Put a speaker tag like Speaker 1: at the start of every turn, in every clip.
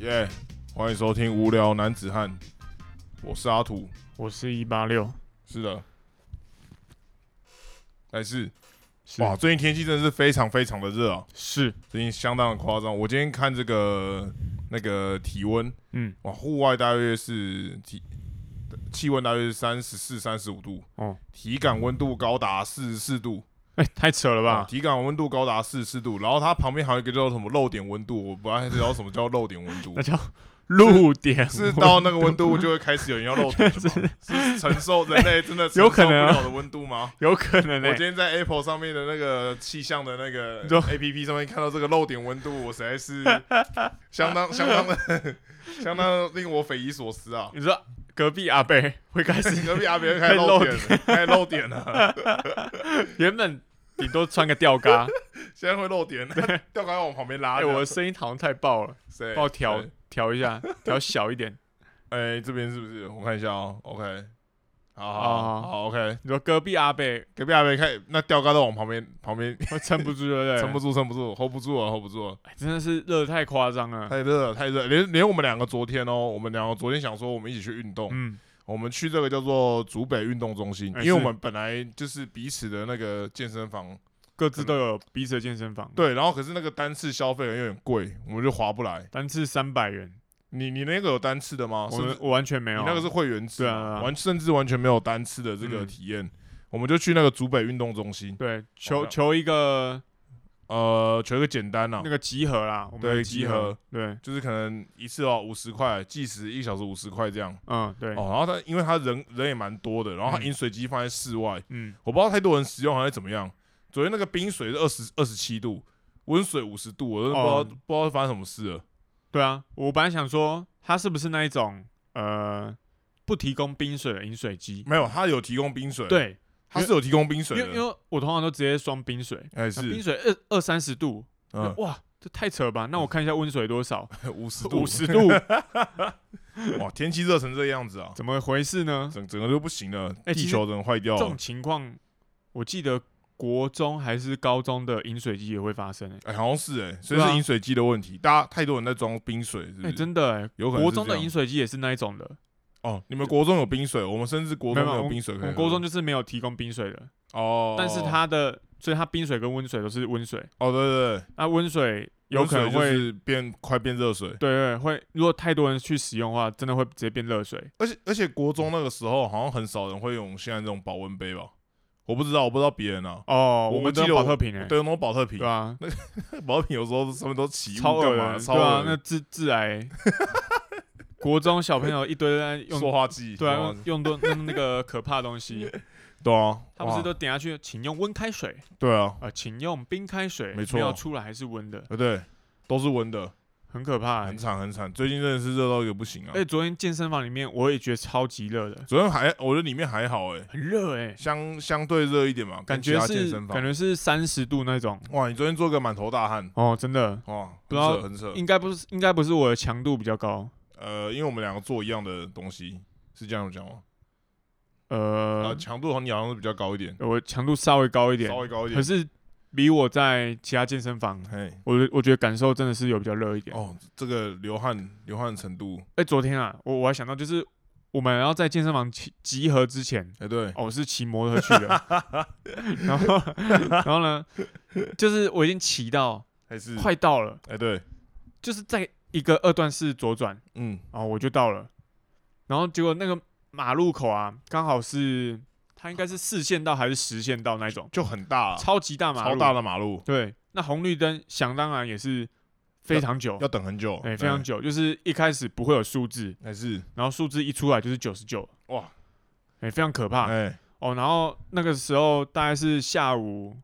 Speaker 1: 耶欢迎收听《无聊男子汉》，我是阿土。
Speaker 2: 我是一八六，
Speaker 1: 是的，但是
Speaker 2: 是
Speaker 1: 哇，最近天气真的是非常非常的热啊，
Speaker 2: 是，
Speaker 1: 最近相当的夸张。我今天看这个那个体温，
Speaker 2: 嗯，
Speaker 1: 哇，户外大约是体气温大约是三十四、三十五度，
Speaker 2: 哦，
Speaker 1: 体感温度高达四十四度，
Speaker 2: 哎、太扯了
Speaker 1: 啊，
Speaker 2: 吧？
Speaker 1: 体感温度高达四十四度，然后它旁边还有一个叫什么漏点温度，我不太知道什么叫漏点 温度
Speaker 2: 那，叫露 点，
Speaker 1: 是到那个温度就会开始有人要漏 点了吗？是承受人类真的承
Speaker 2: 有
Speaker 1: 受
Speaker 2: 可
Speaker 1: 不
Speaker 2: 能啊
Speaker 1: 了的温度吗？
Speaker 2: 有可能欸
Speaker 1: 我
Speaker 2: 呢、
Speaker 1: 今天在 Apple 上面的那个气象的那个
Speaker 2: 你说
Speaker 1: APP 上面看到这个漏点温度，我实在 是相当相当的 相当令我匪夷所思 啊！
Speaker 2: 你说隔壁阿贝会开 始
Speaker 1: 隔壁阿别人开始漏点了，开始漏点了，
Speaker 2: 原本顶多穿个 吊
Speaker 1: 啊
Speaker 2: 嘎，
Speaker 1: 现在会漏点， 吊杆往旁边拉
Speaker 2: 哎、
Speaker 1: 这样。
Speaker 2: 我的声音好像太爆了，
Speaker 1: 谁
Speaker 2: 帮我调
Speaker 1: 谁
Speaker 2: 调一下，调小一点。
Speaker 1: 哎，这边是不是？我看一下哦。OK，好好
Speaker 2: 哦
Speaker 1: 好好 OK。
Speaker 2: 你说隔壁阿贝
Speaker 1: 隔壁阿别开，那吊杆都往旁边旁边
Speaker 2: 会撑不住，对不对？
Speaker 1: 撑不住，撑不住，hold 不住了，hold 啊不住了，
Speaker 2: 哎，真的是热得太夸张了。
Speaker 1: 太热了，太热了。连连我们两个昨天哦，我们两个昨天想说我们一起去运动，
Speaker 2: 嗯，
Speaker 1: 我们去这个叫做竹北运动中心，
Speaker 2: 哎
Speaker 1: 因为我
Speaker 2: 是嗯
Speaker 1: 们本来就是彼此的那个健身房，
Speaker 2: 各自都有彼此的健身房，，
Speaker 1: 对，然后可是那个单次消费有点贵，我们就划不来。
Speaker 2: 单次三百元，
Speaker 1: 你你那个有单次的吗？哦是
Speaker 2: 我
Speaker 1: 不
Speaker 2: 们
Speaker 1: 是
Speaker 2: 我完全没有
Speaker 1: 你
Speaker 2: 啊，
Speaker 1: 那个是会员制
Speaker 2: 对
Speaker 1: 嘛，
Speaker 2: 啊对啊
Speaker 1: 完甚至完全没有单次的这个
Speaker 2: 嗯
Speaker 1: 体验。我们就去那个竹北运动中心，
Speaker 2: 对
Speaker 1: 我
Speaker 2: 求
Speaker 1: 没有
Speaker 2: 求一个
Speaker 1: 呃，求一个简单啦、
Speaker 2: 那个集合啦，我们
Speaker 1: 对
Speaker 2: 的
Speaker 1: 集
Speaker 2: 集
Speaker 1: 合
Speaker 2: 合，对，
Speaker 1: 就是可能一次哦五十块，计时一小时五十块这样。
Speaker 2: 嗯，对，
Speaker 1: 哦，然后他因为他人人也蛮多的，然后他
Speaker 2: 嗯
Speaker 1: 饮水机放在室外，
Speaker 2: 嗯，
Speaker 1: 我不知道太多人使用还是怎么样。昨天那个冰水是二十二十七度，温水五十度，我都不知道、
Speaker 2: 哦
Speaker 1: 不知道发生什么事了。
Speaker 2: 对啊，我本来想说它是不是那一种呃不提供冰水的饮水机？
Speaker 1: 没有，他有提供冰水，，
Speaker 2: 对，
Speaker 1: 他是有提供冰水
Speaker 2: 因为因
Speaker 1: 的，
Speaker 2: 为我通常都直接装冰水，
Speaker 1: 哎
Speaker 2: 那冰
Speaker 1: 是，
Speaker 2: 水二二三十度，
Speaker 1: 嗯，
Speaker 2: 哇，这太扯吧？那我看一下温水多少，
Speaker 1: 五 十度，
Speaker 2: 五 十度，
Speaker 1: 哇，天气热成这个样子啊，
Speaker 2: 怎么回 事呢？
Speaker 1: 整整个就不行了，
Speaker 2: 哎
Speaker 1: 地
Speaker 2: 其实
Speaker 1: 球人坏掉
Speaker 2: 这
Speaker 1: 了
Speaker 2: 种。情况，我记得国中还是高中的饮水机也会发生、欸，
Speaker 1: 哎、好像是哎、所以
Speaker 2: 对啊
Speaker 1: 是饮水机的问题，大家太多人在装冰水，是不是？
Speaker 2: 哎、真的、欸，
Speaker 1: 有可能
Speaker 2: 国
Speaker 1: 是
Speaker 2: 中
Speaker 1: 这
Speaker 2: 的
Speaker 1: 样
Speaker 2: 饮水机也是那一种的，
Speaker 1: 哦，你们国中有冰水，我们甚至国中
Speaker 2: 没有
Speaker 1: 没有
Speaker 2: 我
Speaker 1: 冰水可以
Speaker 2: 我
Speaker 1: 喝。
Speaker 2: 们国中就是没有提供冰水的，
Speaker 1: 啊哦，
Speaker 2: 但是它的，所以它冰水跟温水都是温水，
Speaker 1: 哦，对对对，
Speaker 2: 那温水有可
Speaker 1: 温水
Speaker 2: 能
Speaker 1: 就
Speaker 2: 会
Speaker 1: 是变快变热水，
Speaker 2: 对对，会如果太多人去使用的话，真的会直接变热水。
Speaker 1: 而且而且国中那个时候好像很少人会用现在这种保温杯吧？我不知道，我不知道别人啊。
Speaker 2: 哦，
Speaker 1: 我
Speaker 2: 我们
Speaker 1: 记
Speaker 2: 都
Speaker 1: 得
Speaker 2: 有保
Speaker 1: 我
Speaker 2: 特瓶诶、
Speaker 1: 对，那种保特瓶
Speaker 2: 对，啊，
Speaker 1: 保特瓶有时候上面都起雾
Speaker 2: 超
Speaker 1: 干
Speaker 2: 恶
Speaker 1: 嘛？
Speaker 2: 的，
Speaker 1: 超
Speaker 2: 对啊
Speaker 1: 恶，
Speaker 2: 那
Speaker 1: 的
Speaker 2: 致致癌。国中小朋友一 堆在
Speaker 1: 塑
Speaker 2: 用，
Speaker 1: 化剂，
Speaker 2: 对啊，
Speaker 1: 塑化
Speaker 2: 用用多用那个可怕的东西，
Speaker 1: 对啊，
Speaker 2: 他不是
Speaker 1: 哇
Speaker 2: 都点下去，请用温开水，
Speaker 1: 对啊，
Speaker 2: 呃，请用冰开水，
Speaker 1: 没错
Speaker 2: 不要出来还是温的，
Speaker 1: 呃对，都是温的，
Speaker 2: 很可怕、
Speaker 1: 很
Speaker 2: 欸。
Speaker 1: 惨很惨，最近真的是热到一个不行啊
Speaker 2: 哎、。昨天健身房里面我也觉得超级热的，
Speaker 1: 昨天还我觉得里面还好哎，
Speaker 2: 很热哎、
Speaker 1: 相相对热一点嘛，
Speaker 2: 感
Speaker 1: 跟其
Speaker 2: 觉
Speaker 1: 他健
Speaker 2: 是
Speaker 1: 身
Speaker 2: 感
Speaker 1: 房。
Speaker 2: 觉是三十度那种，
Speaker 1: 哇，你昨天做个满头大汗，
Speaker 2: 哦，真的，
Speaker 1: 哇，很
Speaker 2: 不知道
Speaker 1: 扯很扯。
Speaker 2: 应该不是应该不是我的强度比较高，
Speaker 1: 呃，因为我们两个做一样的东西，是这样讲吗？
Speaker 2: 呃嗯
Speaker 1: 啊，，强度好像你好像是比较高一点，
Speaker 2: 我强度稍微高一点
Speaker 1: 稍，微高一
Speaker 2: 可
Speaker 1: 点。
Speaker 2: 是比我在其他健身房，
Speaker 1: 嘿，
Speaker 2: 我的我觉得感受真的是有比较热一点。哎、
Speaker 1: 哦，这个流汗流汗程度，
Speaker 2: 昨天啊，我我还想到就是我们要在健身房集集合之前，
Speaker 1: 哎、对，
Speaker 2: 哦，我是骑摩托车去的， 然后然后呢，就是我已经骑到
Speaker 1: 还是
Speaker 2: 快到了，
Speaker 1: 哎、对，
Speaker 2: 就是在一个二段式左转，
Speaker 1: 嗯，
Speaker 2: 哦，我就到了，然后结果那个马路口啊，刚好是它应该是四线道还是实线道那一种，
Speaker 1: 就很大、啊，
Speaker 2: 超级大马路，
Speaker 1: 超大的马路，
Speaker 2: 对，那红绿灯想当然也是非常久，
Speaker 1: 要等很久，
Speaker 2: 哎、非常久，就是一开始不会有数字，
Speaker 1: 还是
Speaker 2: 然后数字一出来就是九十九，
Speaker 1: 哇，
Speaker 2: 哎、非常可怕、
Speaker 1: 哎、
Speaker 2: 哦。然后那个时候大概是下午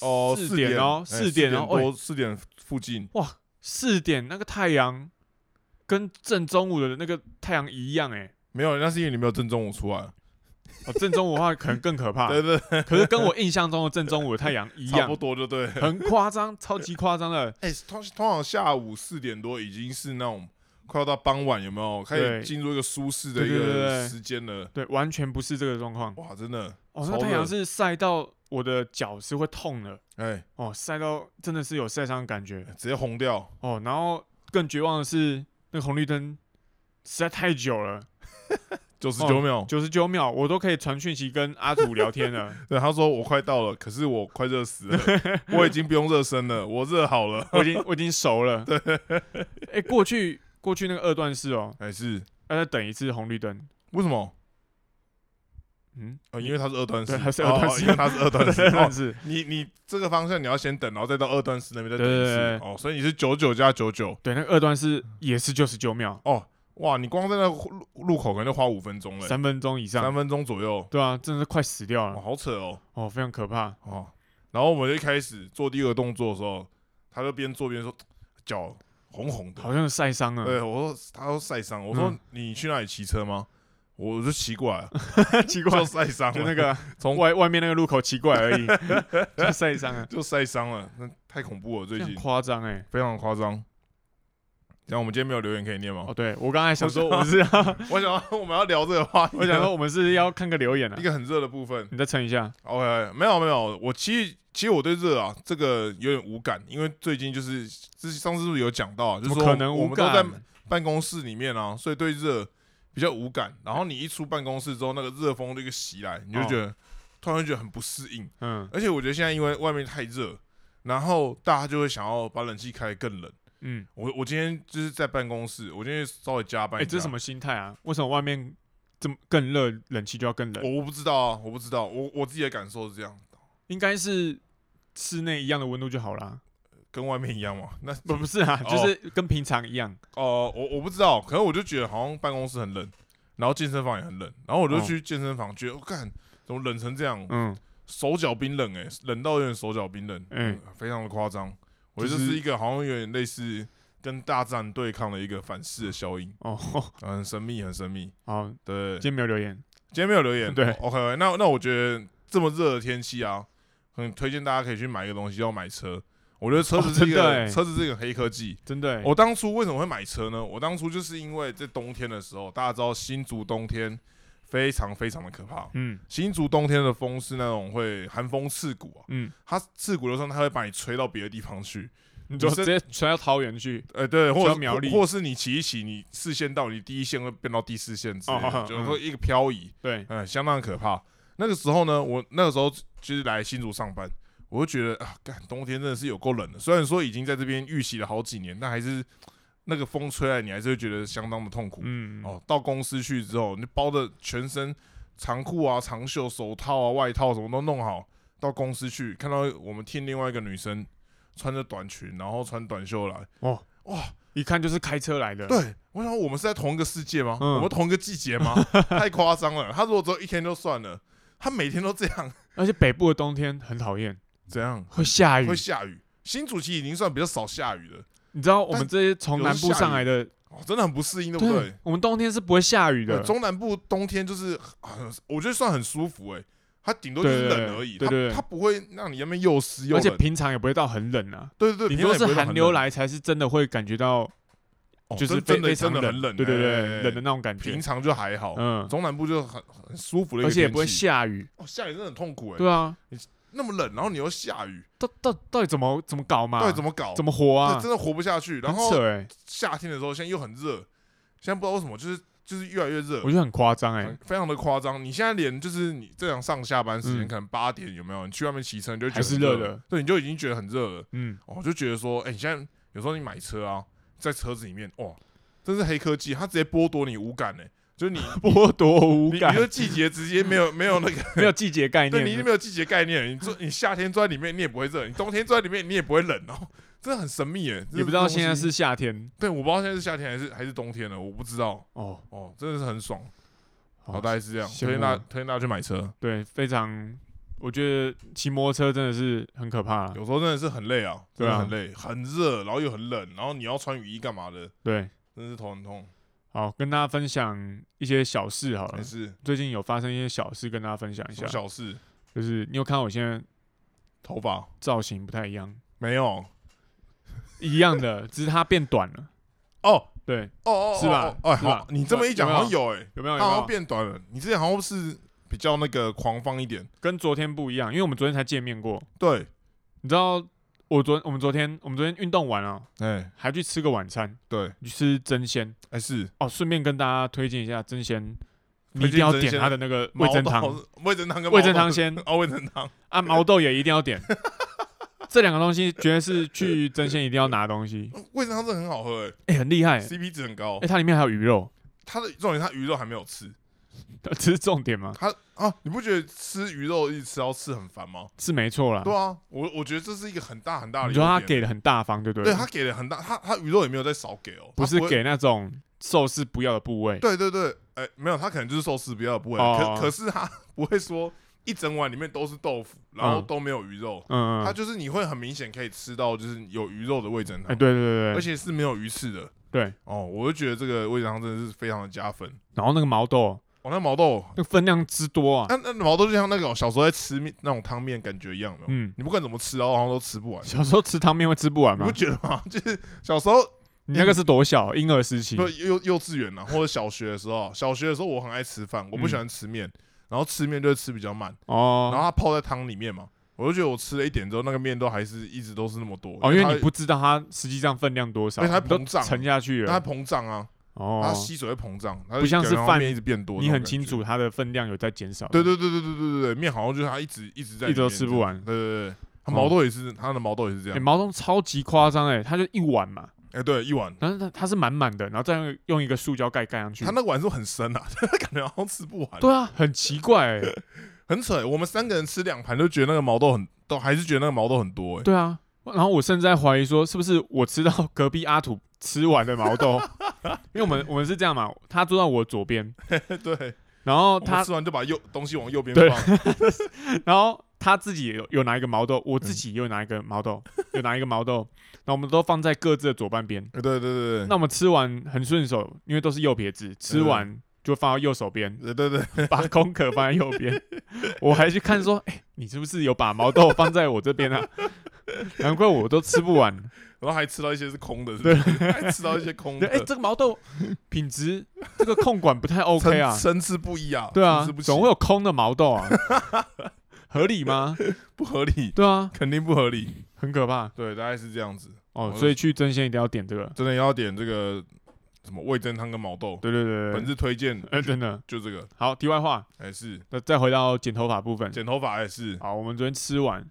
Speaker 1: 哦，
Speaker 2: 四
Speaker 1: 点
Speaker 2: 点哦，
Speaker 1: 四、
Speaker 2: 四点
Speaker 1: 点
Speaker 2: 哦，喂
Speaker 1: 多，四点附近，
Speaker 2: 四点那个太阳跟正中午的那个太阳一样、哎。
Speaker 1: 没有，那是因为你没有正中午出来，
Speaker 2: 哦，正中午的话可能更可怕，
Speaker 1: 对对
Speaker 2: 可是跟我印象中的正中午的太阳啊一
Speaker 1: 差
Speaker 2: 样
Speaker 1: 不，多就对。
Speaker 2: 很夸张，超级夸张的。
Speaker 1: 哎、通通常下午四点多已经是那种快要到傍晚，有没有？开始
Speaker 2: 对
Speaker 1: 进入一个舒适的一
Speaker 2: 对对对
Speaker 1: 个
Speaker 2: 对
Speaker 1: 时间了。
Speaker 2: 对，完全不是这个状况。
Speaker 1: 哇，真的，
Speaker 2: 哦，
Speaker 1: 超
Speaker 2: 那太
Speaker 1: 热
Speaker 2: 阳是晒到我的脚是会痛的，
Speaker 1: 哎、
Speaker 2: 哦，晒到真的是有晒伤的感觉
Speaker 1: 直接红掉，
Speaker 2: 哦。然后更绝望的是，那个红绿灯实在太久了，
Speaker 1: 九
Speaker 2: 哦
Speaker 1: 十九秒。
Speaker 2: 九十九秒，我都可以传讯息跟阿土聊天 了。
Speaker 1: 对，他说我快到了，可是我快热死了， 我已经不用热身了，我热好了。
Speaker 2: 我已经我已经熟了。对，哎、过去过去那个二段式哦，
Speaker 1: 还哎是
Speaker 2: 要再等一次红绿灯。
Speaker 1: 为什么？
Speaker 2: 嗯，
Speaker 1: 哦，因为他是二段式，
Speaker 2: 对他是二
Speaker 1: 哦
Speaker 2: 段
Speaker 1: 哦
Speaker 2: 式
Speaker 1: 因为他是二 段式。
Speaker 2: 二段
Speaker 1: 哦，
Speaker 2: 式，
Speaker 1: 你你这个方向你要先等，然后再到二段式那边再等一
Speaker 2: 对对对
Speaker 1: 次。哦，所以你是九九加九九。
Speaker 2: 对，那个二段式也是九十九秒，
Speaker 1: 哦，哇，你光在那路路口可能就花五分钟了，
Speaker 2: 三分钟以上
Speaker 1: 三。分钟左右，
Speaker 2: 对啊，真的是快死掉
Speaker 1: 哦，
Speaker 2: 了
Speaker 1: 好扯哦。
Speaker 2: 哦，非常可怕。
Speaker 1: 哦，然后我们就一开始做第二个动作的时候，他就边做边说脚红红的，
Speaker 2: 好像是晒伤了，
Speaker 1: 对，我说他说晒伤，我说
Speaker 2: 嗯
Speaker 1: 你去哪里骑车吗？我就骑过来 了，
Speaker 2: 奇怪
Speaker 1: 就，晒伤
Speaker 2: 就
Speaker 1: 了，
Speaker 2: 那个
Speaker 1: 从
Speaker 2: 外外面那个路口奇怪而已， 就晒伤了，
Speaker 1: 就晒伤了，那太恐怖了，最
Speaker 2: 这样
Speaker 1: 近
Speaker 2: 夸张哎。
Speaker 1: 非常夸张。然后我们今天没有留言可以念吗
Speaker 2: 哦，？对我刚才想说，我们 是要，
Speaker 1: 我想要我们要聊这个话题，
Speaker 2: 我想说我们是要看个留言啊
Speaker 1: 一，个很热的部分。
Speaker 2: 你再撑一下。
Speaker 1: OK，没有没有，我其实其实我对热啊这个有点无感，因为最近就是之上次是不是有讲到啊，就
Speaker 2: 怎
Speaker 1: 是
Speaker 2: 么
Speaker 1: 说
Speaker 2: 可能
Speaker 1: 我
Speaker 2: 无
Speaker 1: 们都在
Speaker 2: 感？
Speaker 1: 办公室里面啊，所以对热比较无感。然后你一出办公室之后，那个热风这个袭来，你就觉得、突然就觉得很不适应。
Speaker 2: 嗯
Speaker 1: 而且我觉得现在因为外面太热，然后大家就会想要把冷气开得更冷。
Speaker 2: 嗯，
Speaker 1: 我我今天就是在办公室，我今天稍微加班
Speaker 2: 哎、
Speaker 1: 一下。
Speaker 2: 这是什？么心态啊？为什么外面这么更热，冷气就要更冷？
Speaker 1: 我我不知道啊，我不知道，我我自己的感受是这样，
Speaker 2: 应该是室内一样的温度就好啦。
Speaker 1: 跟外面一样嘛。那
Speaker 2: 不不是啊，
Speaker 1: 哦
Speaker 2: 就是跟平常一样。
Speaker 1: 哦，我我不知道，可能我就觉得好像办公室很冷，然后健身房也很冷，然后我就
Speaker 2: 哦
Speaker 1: 去健身房，觉得我干、怎么冷成这样，
Speaker 2: 嗯，
Speaker 1: 手脚冰冷哎、冷到有点手脚冰冷，
Speaker 2: 嗯
Speaker 1: 嗯，非常的夸张。我觉
Speaker 2: 就
Speaker 1: 得这
Speaker 2: 是
Speaker 1: 是一个好像有点类似跟大自然对抗的一个反噬的效应，
Speaker 2: 哦，
Speaker 1: 啊很神秘，很神秘。
Speaker 2: 好，
Speaker 1: 对，
Speaker 2: 今天没有留言。
Speaker 1: 今天没有留言，
Speaker 2: 对
Speaker 1: ，OK，那那我觉得这么热的天气啊，很推荐大家可以去买一个东西，要买车。我觉得车子
Speaker 2: 哦
Speaker 1: 是一个、
Speaker 2: 真的欸
Speaker 1: 车子是一个黑科技，
Speaker 2: 真的欸、
Speaker 1: 我当初为什么会买车呢？我当初就是因为在冬天的时候，大家知道新竹冬天非常非常的可怕。
Speaker 2: 嗯
Speaker 1: 新竹冬天的风是那种会寒风刺骨啊，
Speaker 2: 嗯，
Speaker 1: 它刺骨的时候，它会把你吹到别的地方去。
Speaker 2: 你就
Speaker 1: 你是
Speaker 2: 直接传到桃园去。
Speaker 1: 呃，对，或
Speaker 2: 吹
Speaker 1: 者
Speaker 2: 到苗栗
Speaker 1: 或或是你骑一骑，你视线到你第一线会变到第四线之类的，
Speaker 2: 哦
Speaker 1: 就是会一个漂移，
Speaker 2: 对，
Speaker 1: 嗯，相当可怕。那个时候呢，我那个时候就是来新竹上班，我就觉得啊，干冬天真的是有够冷的。虽然说已经在这边预习了好几年，但还是那个风吹来，你还是会觉得相当的痛苦。
Speaker 2: 嗯，
Speaker 1: 哦，到公司去之后，你包的全身长裤啊、长袖、手套啊、外套什么都弄好，到公司去看到我们 team 另外一个女生穿着短裙，然后穿短袖来，
Speaker 2: 哦
Speaker 1: 哇，
Speaker 2: 一看就是开车来的。，
Speaker 1: 对，我想我们是在同一个世界吗？
Speaker 2: 嗯
Speaker 1: 我们同一个季节吗？太夸张了。他如果只有一天就算了，他每天都这样，
Speaker 2: 而且北部的冬天很讨厌，
Speaker 1: 怎样？
Speaker 2: 会下雨
Speaker 1: 会。下雨。新主题已经算比较少下雨了，
Speaker 2: 你知道我们这些从
Speaker 1: 有
Speaker 2: 南
Speaker 1: 时
Speaker 2: 部
Speaker 1: 下
Speaker 2: 上
Speaker 1: 雨
Speaker 2: 来的，
Speaker 1: 哦，真的很不适应，对不对？
Speaker 2: 我们冬天是不会下雨
Speaker 1: 对，
Speaker 2: 的。
Speaker 1: 中南部冬天就是很，我觉得算很舒服诶、它顶多就是
Speaker 2: 对对对
Speaker 1: 冷而已，
Speaker 2: 对对对
Speaker 1: 它它不会让你那边又湿又
Speaker 2: 而且
Speaker 1: 冷，
Speaker 2: 平常也不会到很冷啊。
Speaker 1: 对对对，
Speaker 2: 顶
Speaker 1: 平
Speaker 2: 多
Speaker 1: 常也
Speaker 2: 是
Speaker 1: 不会到
Speaker 2: 寒
Speaker 1: 很
Speaker 2: 流
Speaker 1: 冷，
Speaker 2: 来才是真的会感觉到，
Speaker 1: 哦
Speaker 2: 就
Speaker 1: 真
Speaker 2: 是非
Speaker 1: 真的
Speaker 2: 非常
Speaker 1: 真的很冷，
Speaker 2: 对
Speaker 1: 哎哎
Speaker 2: 对对，
Speaker 1: 哎
Speaker 2: 冷的那种感觉
Speaker 1: 平。常就还好，
Speaker 2: 嗯，
Speaker 1: 中南部就很很舒服的一个
Speaker 2: 而且也
Speaker 1: 天
Speaker 2: 不会
Speaker 1: 气，
Speaker 2: 下雨。
Speaker 1: 哦，下雨真的很痛苦诶、
Speaker 2: 对啊，
Speaker 1: 那么冷，然后你又下雨，
Speaker 2: 到到到底怎么怎么搞嘛？
Speaker 1: 到底怎么搞？
Speaker 2: 啊怎么活
Speaker 1: 对
Speaker 2: 啊？
Speaker 1: 真的活不下去。然
Speaker 2: 很
Speaker 1: 后
Speaker 2: 扯哎，
Speaker 1: 夏天的时候，现在又很热，现在不知道为什么，就是就是越来越热
Speaker 2: 我，觉得很夸张哎
Speaker 1: 很，非常的夸张。你现在连就是你这样上下班时间，
Speaker 2: 嗯
Speaker 1: 可能八点有没有？你去外面骑车，你就觉得
Speaker 2: 还是
Speaker 1: 很热
Speaker 2: 热的，
Speaker 1: 对，你就已经觉得很热了。
Speaker 2: 嗯，
Speaker 1: 哦，我就觉得说，哎，你现在有时候你买车啊，在车子里面，哇，真是黑科技，它直接剥夺你无感呢、 就是你。
Speaker 2: 剥夺无
Speaker 1: 你你
Speaker 2: 感
Speaker 1: 的，季节直接没有没有那个，
Speaker 2: 没有季节 概
Speaker 1: 对你已经
Speaker 2: 念。
Speaker 1: 没有季节概念了。你坐你夏天坐在里面你也不会热，你冬天坐在里面你也不会冷哦，真的很神秘耶。
Speaker 2: 也不知道
Speaker 1: 这个
Speaker 2: 现在
Speaker 1: 东西
Speaker 2: 是夏天
Speaker 1: 对，我不知道现在是夏天还是还是冬天了，我不知道
Speaker 2: 哦，
Speaker 1: 哦，真的是很爽。
Speaker 2: 好
Speaker 1: 好，大概是这样，
Speaker 2: 哦羡
Speaker 1: 推荐大
Speaker 2: 慕
Speaker 1: 推荐大家去买车，
Speaker 2: 对，非常，我觉得骑摩托车真的是很可怕啊。
Speaker 1: 有时候真的是很累啊，真
Speaker 2: 对
Speaker 1: 的
Speaker 2: 啊
Speaker 1: 很累，很热，然后又很冷，然后你要穿雨衣干嘛的，
Speaker 2: 对，
Speaker 1: 真是头很痛。
Speaker 2: 好，跟大家分享一些小事好了
Speaker 1: 没。事，
Speaker 2: 最近有发生一些小事，跟大家分享一
Speaker 1: 什
Speaker 2: 下
Speaker 1: 么。小事？
Speaker 2: 就是你有看到我现在
Speaker 1: 头发
Speaker 2: 造型不太一样，
Speaker 1: 没有？哦
Speaker 2: 一样 的，只是它变短了。
Speaker 1: 哦
Speaker 2: 对，
Speaker 1: 哦，哦
Speaker 2: 是吧
Speaker 1: 哦哎，
Speaker 2: 是吧
Speaker 1: 好，你这么一讲
Speaker 2: 有没
Speaker 1: 好
Speaker 2: 有
Speaker 1: 像有哎，
Speaker 2: 有没有？
Speaker 1: 它
Speaker 2: 有
Speaker 1: 好
Speaker 2: 没有
Speaker 1: 像？变短了。你之前好像是比较那个狂放一点，
Speaker 2: 跟昨天不一样，因为我们昨天才见面过。
Speaker 1: 对，
Speaker 2: 你知道我昨我们昨天我们昨天运动完了，
Speaker 1: 哎，
Speaker 2: 还去吃个晚餐，
Speaker 1: 对，
Speaker 2: 去吃真鲜
Speaker 1: 哎是
Speaker 2: 哦。顺便跟大家推荐一下真鲜，你
Speaker 1: 推
Speaker 2: 一定
Speaker 1: 荐
Speaker 2: 要
Speaker 1: 真
Speaker 2: 点
Speaker 1: 鲜
Speaker 2: 它的那个味噌
Speaker 1: 毛
Speaker 2: 汤
Speaker 1: 豆，味噌汤跟
Speaker 2: 味噌汤
Speaker 1: 毛豆
Speaker 2: 先
Speaker 1: 哦，味噌汤，
Speaker 2: 啊，毛豆也一定要 点。这两个东西绝对是去真鲜一定要拿的 东西，
Speaker 1: 味噌汤真的很好喝，哎
Speaker 2: 哎、很厉害、哎、
Speaker 1: ，CP 值很高。
Speaker 2: 它里面还有鱼肉，
Speaker 1: 它的重点，它鱼肉还没有吃，
Speaker 2: 这是重点吗？
Speaker 1: 它啊，你不觉得吃鱼肉一直吃到吃很烦吗？
Speaker 2: 是没错啦。
Speaker 1: 对啊，我我觉得这是一个很大很大的
Speaker 2: 你
Speaker 1: 优
Speaker 2: 说
Speaker 1: 点。
Speaker 2: 他给的很大方，对不
Speaker 1: 对他给了很大，他他鱼肉也没有再少给哦，
Speaker 2: 不
Speaker 1: 他
Speaker 2: 是
Speaker 1: 会。
Speaker 2: 给那种寿司不要的部位。
Speaker 1: 对对对，哎，没有，他可能就是寿司不要不会，
Speaker 2: 哦
Speaker 1: 可可是他 不会说一整碗里面都是豆腐，然后
Speaker 2: 嗯
Speaker 1: 都没有鱼肉，
Speaker 2: 嗯，嗯
Speaker 1: 他
Speaker 2: 嗯
Speaker 1: 就是你会很明显可以吃到就是有鱼肉的味噌
Speaker 2: 哎，
Speaker 1: 汤，
Speaker 2: 对对对
Speaker 1: 而
Speaker 2: 对，
Speaker 1: 且是没有鱼刺的。
Speaker 2: 对，
Speaker 1: 哦，我就觉得这个味噌汤真的是非常的加分。
Speaker 2: 然后那个毛豆，
Speaker 1: 哦，那毛豆，
Speaker 2: 那个分量之多啊，
Speaker 1: 那那毛豆就像那种小时候在吃面那种汤面感觉一样的，哦
Speaker 2: 嗯，
Speaker 1: 你不管怎么吃，然后好像都吃不完，
Speaker 2: 小时候吃汤面会吃不完
Speaker 1: 你
Speaker 2: 吗
Speaker 1: 不？觉得吗？ 就是小时候
Speaker 2: 你那个是多小？婴儿时期
Speaker 1: 不，幼幼稚园啊，或者小学的时候，小学的时候我很爱吃饭，我不喜欢吃面，然后吃面就会吃比较慢，然后
Speaker 2: 哦
Speaker 1: 它泡在汤里面嘛，我就觉得我吃了一点之后，那个面都还是一直都是那么多，
Speaker 2: 哦，因为
Speaker 1: 它
Speaker 2: 你不知道它实际上分量多少，
Speaker 1: 因为它
Speaker 2: 你都
Speaker 1: 膨胀
Speaker 2: 沉下去
Speaker 1: 它
Speaker 2: 了。
Speaker 1: 膨胀啊，它
Speaker 2: 哦，
Speaker 1: 吸水会膨胀，它就
Speaker 2: 不像是
Speaker 1: 感觉好
Speaker 2: 饭
Speaker 1: 面一直变多，
Speaker 2: 你很清。楚它的分量有在减少，
Speaker 1: 对，对对对对对对对，面好像就是它一直一直在，
Speaker 2: 一直都吃不。完。
Speaker 1: 对对对，它毛豆也是，它的毛豆也是这
Speaker 2: 哎，
Speaker 1: 样。
Speaker 2: 毛豆超级夸张哎，它就一碗嘛，
Speaker 1: 哎，对，一碗，
Speaker 2: 然后它它是满满的，然后再用用一个塑胶盖盖上去
Speaker 1: 它。那个碗是不是很深啊，感觉好像吃不完。
Speaker 2: 对啊，很奇怪哎。
Speaker 1: 很扯。我们三个人吃两盘都觉得那个毛豆很，都还是觉得那个毛豆很多。哎，
Speaker 2: 对啊，然后我甚至在怀疑说，是不是我吃到隔壁阿土吃完的毛豆？因为我们我们是这样嘛，他坐到我左边，
Speaker 1: 对，
Speaker 2: 然后
Speaker 1: 我们
Speaker 2: 哦他
Speaker 1: 吃完就把右东西往右边
Speaker 2: 对
Speaker 1: 放，
Speaker 2: 然后他自己也有有拿一个毛豆，我
Speaker 1: 嗯
Speaker 2: 自己也有拿一个毛豆，有拿一个毛豆，然后我们都放在各自的左半边。
Speaker 1: 对对对对，
Speaker 2: 那我们吃完很顺手，因为都是右撇
Speaker 1: 嗯
Speaker 2: 子，吃完就放到右手边，
Speaker 1: 对对对，
Speaker 2: 把空壳放在右 边。我还去看说，哎、你是不是有把毛豆放在我这边啊？ 难怪我都吃不完。
Speaker 1: 然后还吃到一些是空的，是不是？ 还吃到一些空
Speaker 2: 对，
Speaker 1: 的，
Speaker 2: 哎、这个毛豆品质，这个控管不太
Speaker 1: 参
Speaker 2: OK 啊。
Speaker 1: 参差不一啊，
Speaker 2: 对啊
Speaker 1: 参差不，齐
Speaker 2: 总会有空的毛豆啊， 合理吗？
Speaker 1: 不合理，
Speaker 2: 对啊，
Speaker 1: 肯定不合理。
Speaker 2: 很可怕
Speaker 1: 对，大概是这样子，
Speaker 2: 哦
Speaker 1: 我。
Speaker 2: 所以去真鲜一定要点这个。
Speaker 1: 真的要点这个什么味噌汤跟毛豆，
Speaker 2: 对对对对
Speaker 1: 本
Speaker 2: 对，
Speaker 1: 次推荐
Speaker 2: 哎、真的
Speaker 1: 就这个，
Speaker 2: 好。题外话，
Speaker 1: 还是
Speaker 2: 那再回到剪头发部分。
Speaker 1: 剪头发也哎是，
Speaker 2: 好，我们昨天吃完，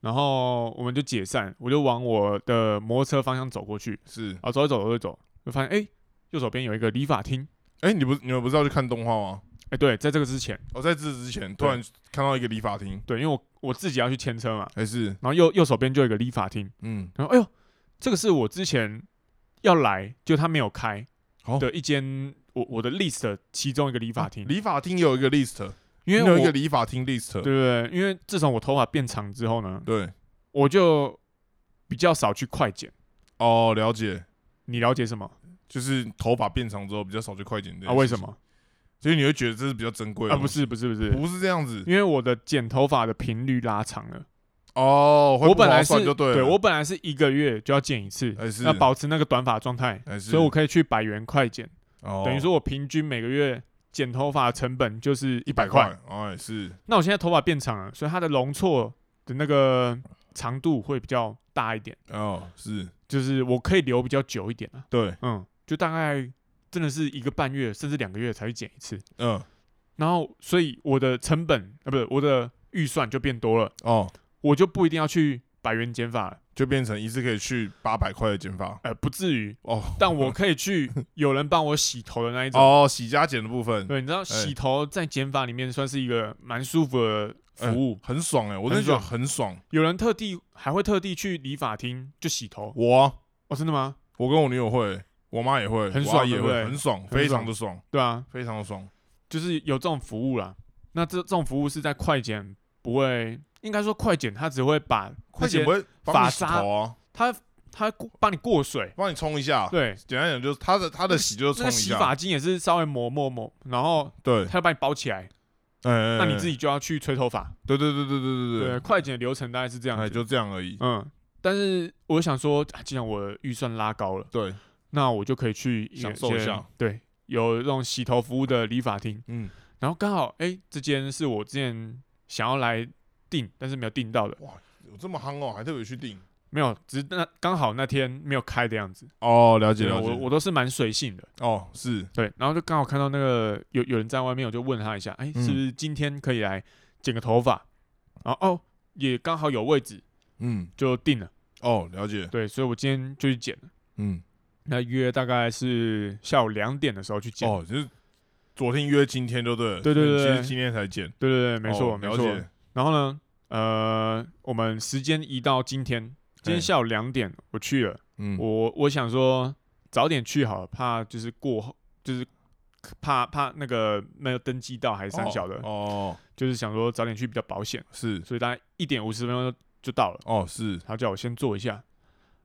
Speaker 2: 然后我们就解散，我就往我的摩托车方向走过去。
Speaker 1: 是，
Speaker 2: 啊，走一走，走一走，就发现哎、右手边有一个理发厅。
Speaker 1: 哎，你不你们不是要去看动画吗？
Speaker 2: 哎、对，在这个之前，
Speaker 1: 我在这之前突然看到一个理发厅，
Speaker 2: 对，因为我我自己要去牵车嘛，
Speaker 1: 还是
Speaker 2: 然后右右手边就有一个理发厅。
Speaker 1: 嗯，
Speaker 2: 然后哎呦，这个是我之前要来，就他没有开
Speaker 1: 好
Speaker 2: 的一间我我的 list 的其中一个理发厅，
Speaker 1: 啊理发厅有一个 list，
Speaker 2: 因
Speaker 1: 你
Speaker 2: 为
Speaker 1: 有
Speaker 2: 我
Speaker 1: 一个理发厅 list，
Speaker 2: 对对对，因为自从我头发变长之后呢，
Speaker 1: 对，
Speaker 2: 我就比较少去快剪。
Speaker 1: 哦，了解，
Speaker 2: 你了解什么
Speaker 1: 就是头发变长之后比较少去快剪的
Speaker 2: 啊？为什？么
Speaker 1: 所以你会觉得这是比较珍贵的
Speaker 2: 啊？不
Speaker 1: 东西，
Speaker 2: 是不是不是，
Speaker 1: 不是这样子
Speaker 2: 因为我的剪头发的频率拉长了。
Speaker 1: 哦，会
Speaker 2: 我
Speaker 1: 不
Speaker 2: 本
Speaker 1: 划
Speaker 2: 来是
Speaker 1: 算就对了，哎
Speaker 2: 我本来是一个月就要剪一次，
Speaker 1: 还是
Speaker 2: 要保持那个短发状态，
Speaker 1: 还哎是，
Speaker 2: 所以我可以去百元快剪，
Speaker 1: 哦
Speaker 2: 等于说我平均每个月剪头发成本就是一
Speaker 1: 百
Speaker 2: 百块。，
Speaker 1: 哦也是
Speaker 2: 那我现在头发变长了，所以它的容错的那个长度会比较大一点，
Speaker 1: 哦是
Speaker 2: 就是我可以留比较久一点啊。
Speaker 1: 对，
Speaker 2: 嗯，就大概真的是一个半月甚至两个月才去剪一次，
Speaker 1: 嗯
Speaker 2: 然后所以我的成本啊，不是我的预算就变多了，
Speaker 1: 哦，
Speaker 2: 我就不一定要去百元剪发了，
Speaker 1: 就变成一次可以去八百块的剪发
Speaker 2: 呃，不至于，
Speaker 1: 哦
Speaker 2: 但我可 以去有人帮我洗头的那一种。
Speaker 1: 哦哎洗加剪的部分
Speaker 2: 对，你知道洗头在剪发里面算是一个蛮舒服的服务，
Speaker 1: 很爽哎，我真的觉得很爽，
Speaker 2: 有人特地还会特地去理发厅就洗头
Speaker 1: 我啊
Speaker 2: 哦，真的吗？
Speaker 1: 我跟我女友会，我妈也会，
Speaker 2: 很
Speaker 1: 我
Speaker 2: 爽
Speaker 1: 阿姨也
Speaker 2: 对不
Speaker 1: 会，
Speaker 2: 对
Speaker 1: 很爽，非常的爽，
Speaker 2: 对啊，
Speaker 1: 非常的爽。
Speaker 2: 就是有这种服务啦。那这这种服务是在快剪不会，应该说快剪它只会把
Speaker 1: 快剪不
Speaker 2: 会，
Speaker 1: 会帮你
Speaker 2: 发
Speaker 1: 洗
Speaker 2: 渣
Speaker 1: 头啊，
Speaker 2: 它它过帮你过水，
Speaker 1: 帮你冲一下。
Speaker 2: 对，
Speaker 1: 简单讲就是它啊的它的洗就是冲
Speaker 2: 那个
Speaker 1: 一
Speaker 2: 洗
Speaker 1: 下。
Speaker 2: 发精也是稍微磨磨磨，然后
Speaker 1: 对，嗯
Speaker 2: 它要把你包起来，
Speaker 1: 那
Speaker 2: 那你自己就要去吹头发。
Speaker 1: 对对对对对
Speaker 2: 对，
Speaker 1: 对
Speaker 2: 快剪的流程大概是这
Speaker 1: 对，
Speaker 2: 样
Speaker 1: 哎，
Speaker 2: 子。
Speaker 1: 就这样而已。
Speaker 2: 嗯，但是我想说，啊既然我预算拉高了，
Speaker 1: 对，
Speaker 2: 那我就可以去
Speaker 1: 享受一下。
Speaker 2: 对，有这种洗头服务的理发厅，
Speaker 1: 嗯，
Speaker 2: 然后刚好哎、这间是我之前想要来订，但是没有订到的。
Speaker 1: 嗯有这么夯哦，还特别去订。
Speaker 2: 没有，只是那刚好那天没有开的样子。
Speaker 1: 哦，了解
Speaker 2: 对，
Speaker 1: 了
Speaker 2: 我
Speaker 1: 解。
Speaker 2: 我都是蛮随性的。
Speaker 1: 哦，是
Speaker 2: 对，然后就刚好看到那个有有人在外面，我就问他一下，哎、
Speaker 1: 嗯
Speaker 2: 是不是今天可以来剪个头发？然后哦，也刚好有位置，
Speaker 1: 嗯，
Speaker 2: 就定了。
Speaker 1: 哦，了解，
Speaker 2: 对，所以我今天就去剪了。
Speaker 1: 嗯，
Speaker 2: 那约大概是下午两点的时候去剪。
Speaker 1: 哦，就是昨天约今天就对了，
Speaker 2: 对对对
Speaker 1: 其
Speaker 2: 对
Speaker 1: 实今天才见，
Speaker 2: 对对对，没错、
Speaker 1: 哦
Speaker 2: 没
Speaker 1: 了
Speaker 2: 错。
Speaker 1: 解，
Speaker 2: 然后呢，呃，我们时间移到今天，今天
Speaker 1: 嘿
Speaker 2: 下午两点我去了。
Speaker 1: 哎嗯，
Speaker 2: 我我想说早点去好了，怕就是过后就是怕怕那个没有登记到还是三小的，
Speaker 1: 哦，哦
Speaker 2: 就是想说早点去比较保险，
Speaker 1: 是，
Speaker 2: 所以大概一点五十分钟就就到了。
Speaker 1: 哦是，
Speaker 2: 他叫我先坐一下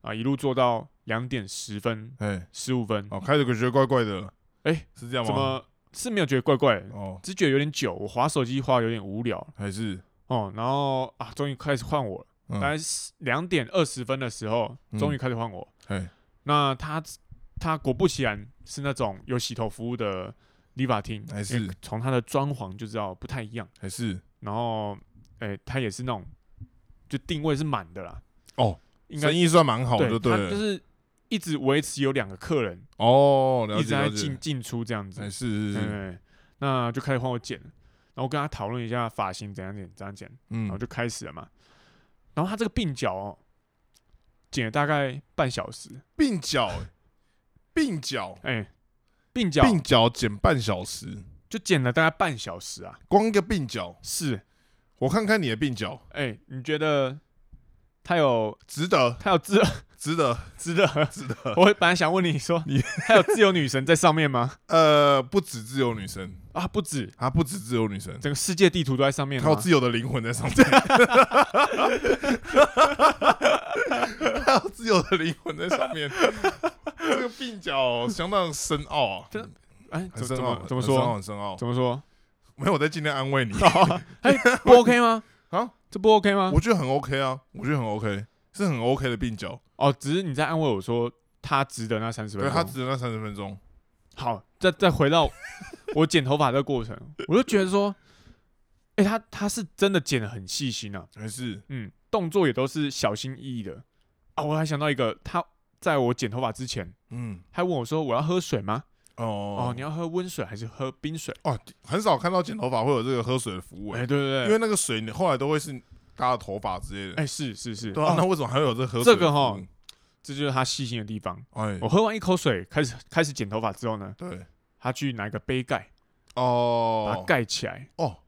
Speaker 2: 啊，一路坐到两点十分
Speaker 1: 哎，
Speaker 2: 十五分，
Speaker 1: 哦，开始感觉怪怪的，
Speaker 2: 哎，
Speaker 1: 是这样
Speaker 2: 怎
Speaker 1: 吗？
Speaker 2: 么是没有觉得怪怪的，
Speaker 1: 哦，
Speaker 2: 只觉得有点久，我划手机划得有点无聊
Speaker 1: 还是，
Speaker 2: 哦。然后啊，终于开始换我了，
Speaker 1: 嗯
Speaker 2: 大概两点二十分的时候，终于开始换我。
Speaker 1: 哎，
Speaker 2: 那他他果不其然是那种有洗头服务的理发厅，
Speaker 1: 还哎是
Speaker 2: 因为从他的装潢就知道不太一样。
Speaker 1: 还是，
Speaker 2: 然后，诶、他也是那种就定位是满的啦，
Speaker 1: 哦，
Speaker 2: 应该
Speaker 1: 生意算蛮好的，对
Speaker 2: 他就
Speaker 1: 了，
Speaker 2: 是一直维持有两个客人
Speaker 1: 哦，了
Speaker 2: 一直
Speaker 1: 解
Speaker 2: 在
Speaker 1: 了
Speaker 2: 进
Speaker 1: 解，
Speaker 2: 进出这样子
Speaker 1: 哎，是是是，
Speaker 2: 嗯，那就开始换我剪了，然后跟他讨论一下发型怎样剪怎样剪，然后
Speaker 1: 嗯，
Speaker 2: 就开始了嘛。然后他这个鬓角哦，剪了大概半小时，
Speaker 1: 鬓角，鬓角，
Speaker 2: 哎、鬓角
Speaker 1: 鬓角剪半小时，
Speaker 2: 就剪了大概半小时啊。
Speaker 1: 光一个鬓角，
Speaker 2: 是，
Speaker 1: 我看看你的鬓角，
Speaker 2: 哎、你觉得他有
Speaker 1: 值得，
Speaker 2: 他有自
Speaker 1: 值得，
Speaker 2: 值 得？
Speaker 1: 值得。
Speaker 2: 我本来想问你说，
Speaker 1: 你
Speaker 2: 他有自由女神在上面吗？
Speaker 1: 呃，不止自由女神，
Speaker 2: 啊，不止，
Speaker 1: 她不止自由女神，
Speaker 2: 整个世界地图都在上面
Speaker 1: 她有
Speaker 2: 吗。
Speaker 1: 自由的灵魂在上面， 她有自由的灵魂在上面。这个鬓角相当深奥啊，
Speaker 2: 这哎，
Speaker 1: 很
Speaker 2: 怎
Speaker 1: 深
Speaker 2: 怎
Speaker 1: 奥
Speaker 2: 么，怎
Speaker 1: 很
Speaker 2: 么
Speaker 1: 深奥
Speaker 2: 说？
Speaker 1: 很深奥。
Speaker 2: 怎么说？
Speaker 1: 没有，我在尽量安慰 你。
Speaker 2: 哎，不 OK 吗？
Speaker 1: 啊，
Speaker 2: 这不 OK 吗？
Speaker 1: 我觉得很 OK 啊，我觉得很 OK，是很 OK 的鬓角。
Speaker 2: 哦，只是你在安慰我说他值得那三十分
Speaker 1: 对，
Speaker 2: 钟。
Speaker 1: 她只有那三十分钟。
Speaker 2: 好，再再回到我剪头发这个过程，我就觉得说，哎、他他是真的剪得很细心啊。
Speaker 1: 还是
Speaker 2: 嗯，动作也都是小心翼翼的啊。我还想到一个，他在我剪头发之前，
Speaker 1: 嗯
Speaker 2: 他问我说：“我要喝水吗？”哦，
Speaker 1: 哦
Speaker 2: 你要喝温水还是喝冰水？
Speaker 1: 哦，很少看到剪头发会有这个喝水的服务、
Speaker 2: 哎、
Speaker 1: 欸，
Speaker 2: 对对
Speaker 1: 因
Speaker 2: 对，
Speaker 1: 为那个水你后来都会是搭的头发之类的。
Speaker 2: 哎、是是是，
Speaker 1: 对啊，
Speaker 2: 哦
Speaker 1: 那为什么还会有这喝水的
Speaker 2: 这个哦哈
Speaker 1: 服务？
Speaker 2: 这就是他细心的地方。
Speaker 1: 哎
Speaker 2: 我，喝完一口水，开始开始剪头发之后呢，
Speaker 1: 对，
Speaker 2: 他去拿一个杯盖把它
Speaker 1: 哦，
Speaker 2: 盖起来，
Speaker 1: 哦，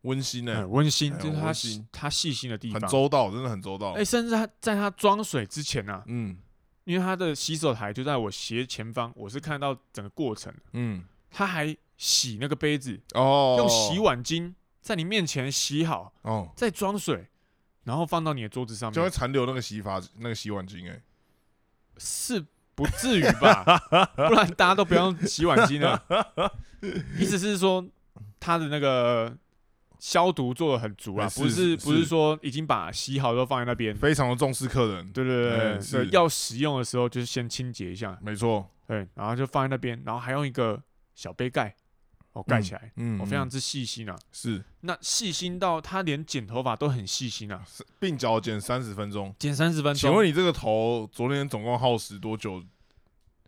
Speaker 1: 温馨呢、
Speaker 2: 很温馨，
Speaker 1: 哎
Speaker 2: 这是他
Speaker 1: 温
Speaker 2: 细
Speaker 1: 馨
Speaker 2: 他细心的地
Speaker 1: 很
Speaker 2: 方。
Speaker 1: 周到，真的很周到。
Speaker 2: 哎、甚至他在他装水之前啊，
Speaker 1: 嗯
Speaker 2: 因为他的洗手台就在我斜前方，我是看到整个过程的，
Speaker 1: 嗯，
Speaker 2: 他还洗那个杯子，
Speaker 1: 哦，
Speaker 2: 用洗碗巾在你面前洗好，
Speaker 1: 哦，
Speaker 2: 再装水，然后放到你的桌子上
Speaker 1: 就会
Speaker 2: 面，
Speaker 1: 残留那个洗发那个洗碗巾、哎，
Speaker 2: 是不至于 吧？不然大家都不要用洗碗巾了。意思是说，它的那个消毒做的很足啊，
Speaker 1: 哎
Speaker 2: 不是
Speaker 1: 是
Speaker 2: 不是
Speaker 1: 是
Speaker 2: 说已经把洗好都放在那边。
Speaker 1: 非常的重视客人，
Speaker 2: 对对对
Speaker 1: 哎
Speaker 2: 对，
Speaker 1: 是
Speaker 2: 对要使用的时候就是先清洁一下，
Speaker 1: 没错，
Speaker 2: 对，然后就放在那边，然后还用一个小杯盖，哦盖起来，
Speaker 1: 嗯，
Speaker 2: 哦非常
Speaker 1: 嗯
Speaker 2: 之细心啊。
Speaker 1: 是
Speaker 2: 那细心到他连剪头发都很细心啊，
Speaker 1: 是鬓角剪三十分钟。
Speaker 2: 剪三十分钟。
Speaker 1: 请问你这个头昨天总共耗时多久？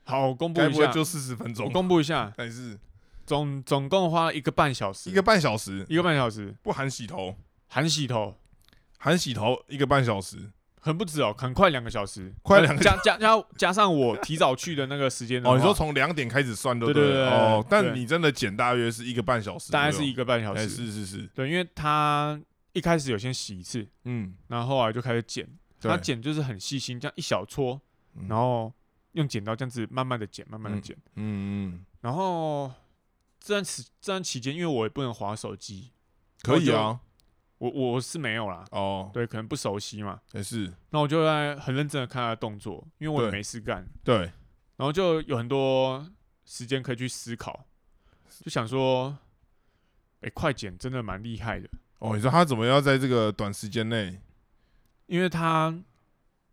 Speaker 2: 好，我公布
Speaker 1: 该
Speaker 2: 一
Speaker 1: 不会
Speaker 2: 下，
Speaker 1: 就四十分
Speaker 2: 我
Speaker 1: 钟？
Speaker 2: 公布一下，
Speaker 1: 但是
Speaker 2: 总总共花了一个半小时，
Speaker 1: 一个半小时，
Speaker 2: 一个半小时，
Speaker 1: 不含洗头，
Speaker 2: 含洗头，
Speaker 1: 含洗头一个半小时，
Speaker 2: 很不止哦，很快两个小时，
Speaker 1: 快两个
Speaker 2: 加加加加上我提早去的那个时间的话
Speaker 1: 哦，你说从两点开始算都
Speaker 2: 对对
Speaker 1: 了
Speaker 2: 对对
Speaker 1: 哦，但
Speaker 2: 对
Speaker 1: 你真的剪大约是一个半小时左右，
Speaker 2: 大概是一个半小
Speaker 1: 哎，
Speaker 2: 时，
Speaker 1: 是是是，
Speaker 2: 对，因为他一开始有先洗一次，
Speaker 1: 嗯，
Speaker 2: 然后后来就开始剪，
Speaker 1: 对
Speaker 2: 他剪就是很细心，这样一小撮，
Speaker 1: 嗯
Speaker 2: 然后用剪刀这样子慢慢的剪，慢慢的剪，
Speaker 1: 嗯嗯，
Speaker 2: 然后这段时这段期间，因为我也不能划手机，
Speaker 1: 可以啊，
Speaker 2: 我我我是没有啦，
Speaker 1: 哦，
Speaker 2: 对，可能不熟悉嘛，
Speaker 1: 也是，
Speaker 2: 那我就在很认真的看他的动作，因为我也
Speaker 1: 对
Speaker 2: 没事干，
Speaker 1: 对，
Speaker 2: 然后就有很多时间可以去思考，就想说，哎、快剪真的蛮厉害的，
Speaker 1: 哦，你说他怎么要在这个短时间内，
Speaker 2: 因为他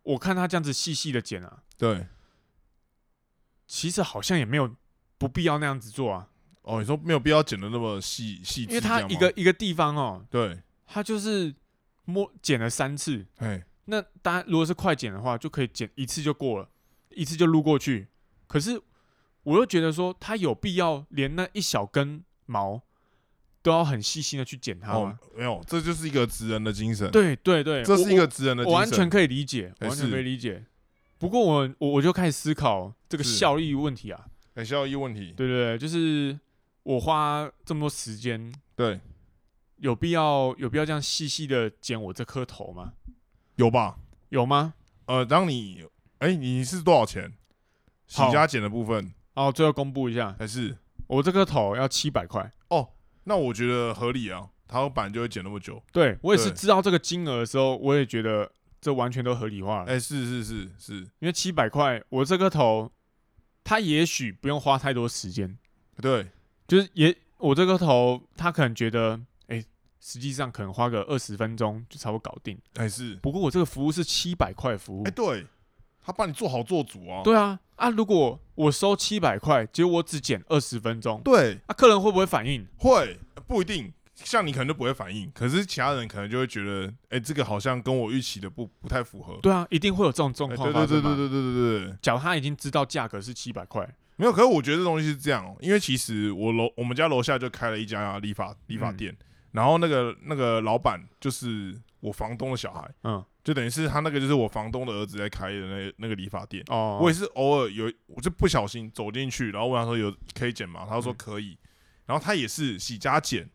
Speaker 2: 我看他这样子细细的剪啊，
Speaker 1: 对，
Speaker 2: 其实好像也没有不必要那样子做啊，
Speaker 1: 哦，你说没有必要剪的那么细细致，
Speaker 2: 因为他
Speaker 1: 这样
Speaker 2: 一
Speaker 1: 吗
Speaker 2: 个一个地方哦，
Speaker 1: 对，
Speaker 2: 他就是摸剪了三次，
Speaker 1: 哎，
Speaker 2: 那大家如果是快剪的话，就可以剪一次就过了，一次就撸过去。可是我又觉得说，它有必要连那一小根毛都要很细心的去剪它
Speaker 1: 哦
Speaker 2: 吗？，
Speaker 1: 没有，这就是一个职人的精神，，
Speaker 2: 啊对对对，
Speaker 1: 这
Speaker 2: 我
Speaker 1: 是一个职人的
Speaker 2: 我
Speaker 1: 精
Speaker 2: 我
Speaker 1: 神，
Speaker 2: 完全可以理解，我
Speaker 1: 哎
Speaker 2: 完全
Speaker 1: 是
Speaker 2: 可以理解。不过我我我就开始思考这个
Speaker 1: 是
Speaker 2: 效益问题啊，
Speaker 1: 很效益问题，
Speaker 2: 对对对，就是我花这么多时间，
Speaker 1: 对，
Speaker 2: 有必要有必要这样细细的剪我这颗头吗？
Speaker 1: 有吧？
Speaker 2: 有吗？
Speaker 1: 呃，当你，哎，你是多少钱？洗
Speaker 2: 好
Speaker 1: 加减的部分
Speaker 2: 哦，最后公布一下，
Speaker 1: 还是？
Speaker 2: 我这颗头要七百块。
Speaker 1: 那我觉得合理啊，他本来就会剪那么久，
Speaker 2: 对我也是
Speaker 1: 对
Speaker 2: 知道这个金额的时候，我也觉得这完全都合理化了，
Speaker 1: 哎，是是是是，
Speaker 2: 因为七百块，我这颗头，它也许不用花太多时间，
Speaker 1: 对，
Speaker 2: 就是也我这颗头，他可能觉得，哎、实际上可能花个二十分钟就差不多搞定。
Speaker 1: 哎是，
Speaker 2: 不过我这个服务是七百块服务
Speaker 1: 哎，对，他帮你做好做足啊，
Speaker 2: 对啊啊，如果我收七百块，结果我只减二十分钟，
Speaker 1: 对，
Speaker 2: 啊，客人会不会反应？
Speaker 1: 会呃不一定，像你可能就不会反应，可是其他人可能就会觉得，哎、这个好像跟我预期的不不太符合。
Speaker 2: 对啊，一定会有这种状
Speaker 1: 哎
Speaker 2: 况
Speaker 1: 对
Speaker 2: 发
Speaker 1: 对
Speaker 2: 生
Speaker 1: 对
Speaker 2: 嘛。
Speaker 1: 对对对对对对，
Speaker 2: 假如他已经知道价格是七百块，
Speaker 1: 没有。可是我觉得这东西是这样哦、因为其实我楼我们家楼下就开了一家理发理
Speaker 2: 嗯
Speaker 1: 发店，然后那个那个老板就是我房东的小孩，
Speaker 2: 嗯，
Speaker 1: 就等于是他那个就是我房东的儿子在开的那那个理发店。
Speaker 2: 哦，
Speaker 1: 我也是偶尔有，我就不小心走进去，然后问他说有可以剪吗？他说
Speaker 2: 嗯
Speaker 1: 可以，然后他也是洗加剪